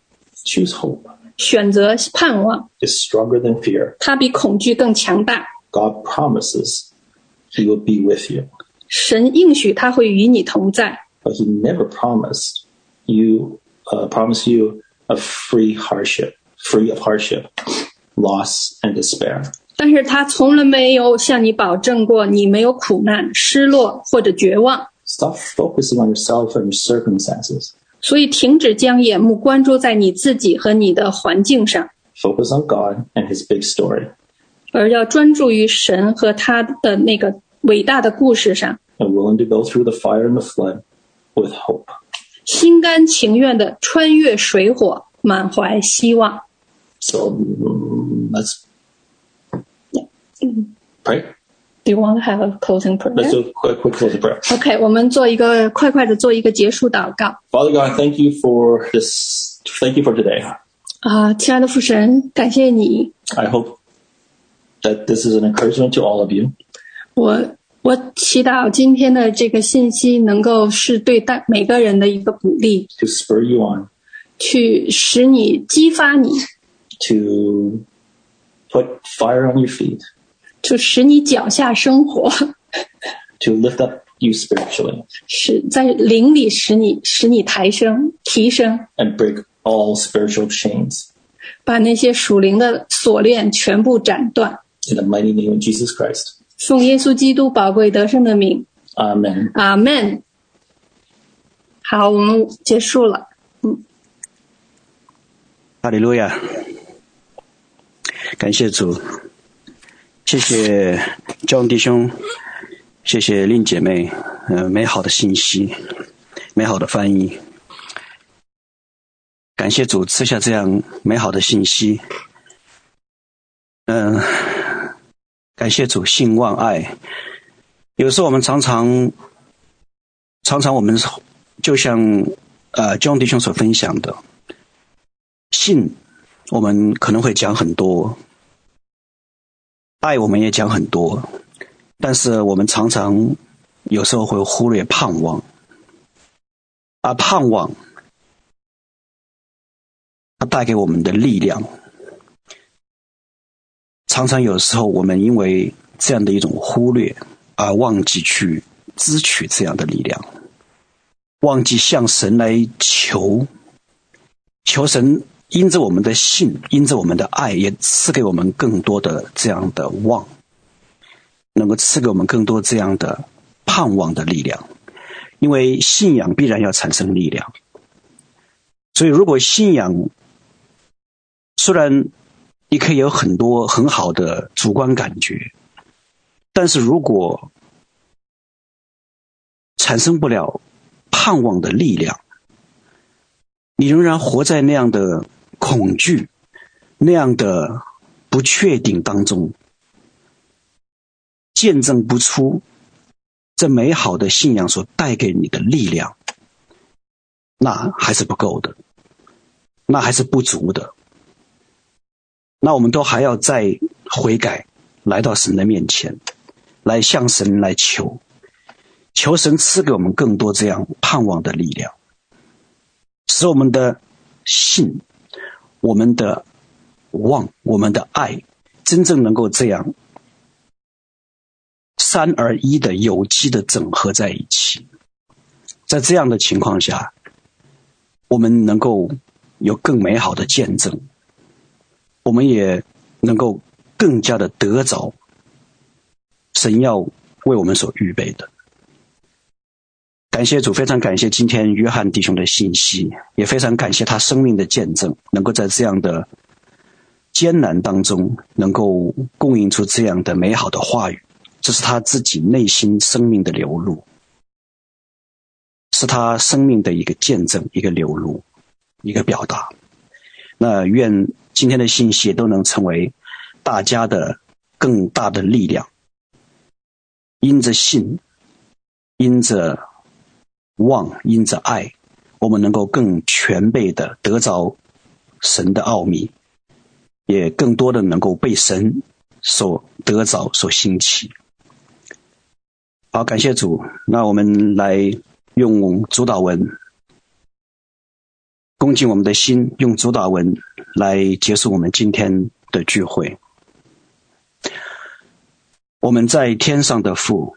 Speaker 1: choose hope.
Speaker 2: 选择盼望，
Speaker 1: It's stronger than fear.
Speaker 2: 它比恐惧更强大。
Speaker 1: God promises he will be with you,
Speaker 2: 神应许他会与你同在，
Speaker 1: but he never promised you uh, promised you a free hardship, free of hardship, loss and despair.
Speaker 2: 但是他从来没有向你保证过你没有苦难、失落或者绝望，
Speaker 1: Stop focusing on yourself and your circumstances.
Speaker 2: 所以停止将眼目关注在你自己和你的环境上，
Speaker 1: Focus on God and his big story.
Speaker 2: 而要专注于神和他的那个伟大的故事上，
Speaker 1: And willing to go through the fire and the flood with hope.
Speaker 2: 心甘情愿地穿越水火，满怀希望。
Speaker 1: So mm, let's pray.
Speaker 2: Do you want to have a closing
Speaker 1: Let's
Speaker 2: prayer?
Speaker 1: do a quick, quick closing prayer.
Speaker 2: OK，我们做一个快快的做一个结束祷告。
Speaker 1: Father God, thank you for this. Thank you for today.
Speaker 2: 啊、亲爱的父神，感谢你，
Speaker 1: I hope that this is an encouragement to all of you.
Speaker 2: 我我祈祷今天的这个信息能够是对大每个人的一个鼓励，
Speaker 1: to spur you on,
Speaker 2: 去使你激发你，
Speaker 1: to put fire on your feet,
Speaker 2: 就使你脚下生活，
Speaker 1: to lift up you spiritually,
Speaker 2: 使在灵里使你使你抬升提升，
Speaker 1: and break all spiritual chains.
Speaker 2: 把那些属灵的锁链全部斩断。
Speaker 1: In the mighty name of Jesus Christ.
Speaker 2: 奉耶稣基督宝贵得胜的名，
Speaker 1: Amen.
Speaker 2: 阿门。好，我们结束了。
Speaker 3: 哈利路亚！感谢主，谢谢 John 弟兄，谢谢令姐妹，呃，美好的信息，美好的翻译。感谢主赐下这样美好的信息。嗯、感谢主信望爱。有时候我们常常，常常我们就像呃 John 弟兄所分享的，信，我们可能会讲很多；爱，我们也讲很多。但是我们常常有时候会忽略盼望，而盼望它带给我们的力量，常常有时候我们因为这样的一种忽略，而忘记去支取这样的力量，忘记向神来求求神因着我们的信，因着我们的爱，也赐给我们更多的这样的望，能够赐给我们更多这样的盼望的力量。因为信仰必然要产生力量，所以如果信仰虽然你可以有很多很好的主观感觉，但是如果产生不了盼望的力量，你仍然活在那样的恐惧、那样的不确定当中，见证不出这美好的信仰所带给你的力量，那还是不够的，那还是不足的。那我们都还要再悔改，来到神的面前，来向神来求，求神赐给我们更多这样盼望的力量。使我们的信、我们的望、我们的爱，真正能够这样三而一的有机的整合在一起。在这样的情况下，我们能够有更美好的见证，我们也能够更加的得着神要为我们所预备的。感谢主，非常感谢今天约翰弟兄的信息，也非常感谢他生命的见证，能够在这样的艰难当中，能够供应出这样的美好的话语，这是他自己内心生命的流露，是他生命的一个见证、一个流露、一个表达。那愿今天的信息都能成为大家的更大的力量，因着信，因着望，因着爱，我们能够更全备的得着神的奥秘，也更多的能够被神所得着、所兴起。好，感谢主。那我们来用主导文，恭敬我们的心，用主导文来结束我们今天的聚会。我们在天上的父，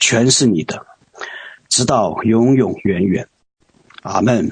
Speaker 3: 全是你的，直到永永远远。阿门。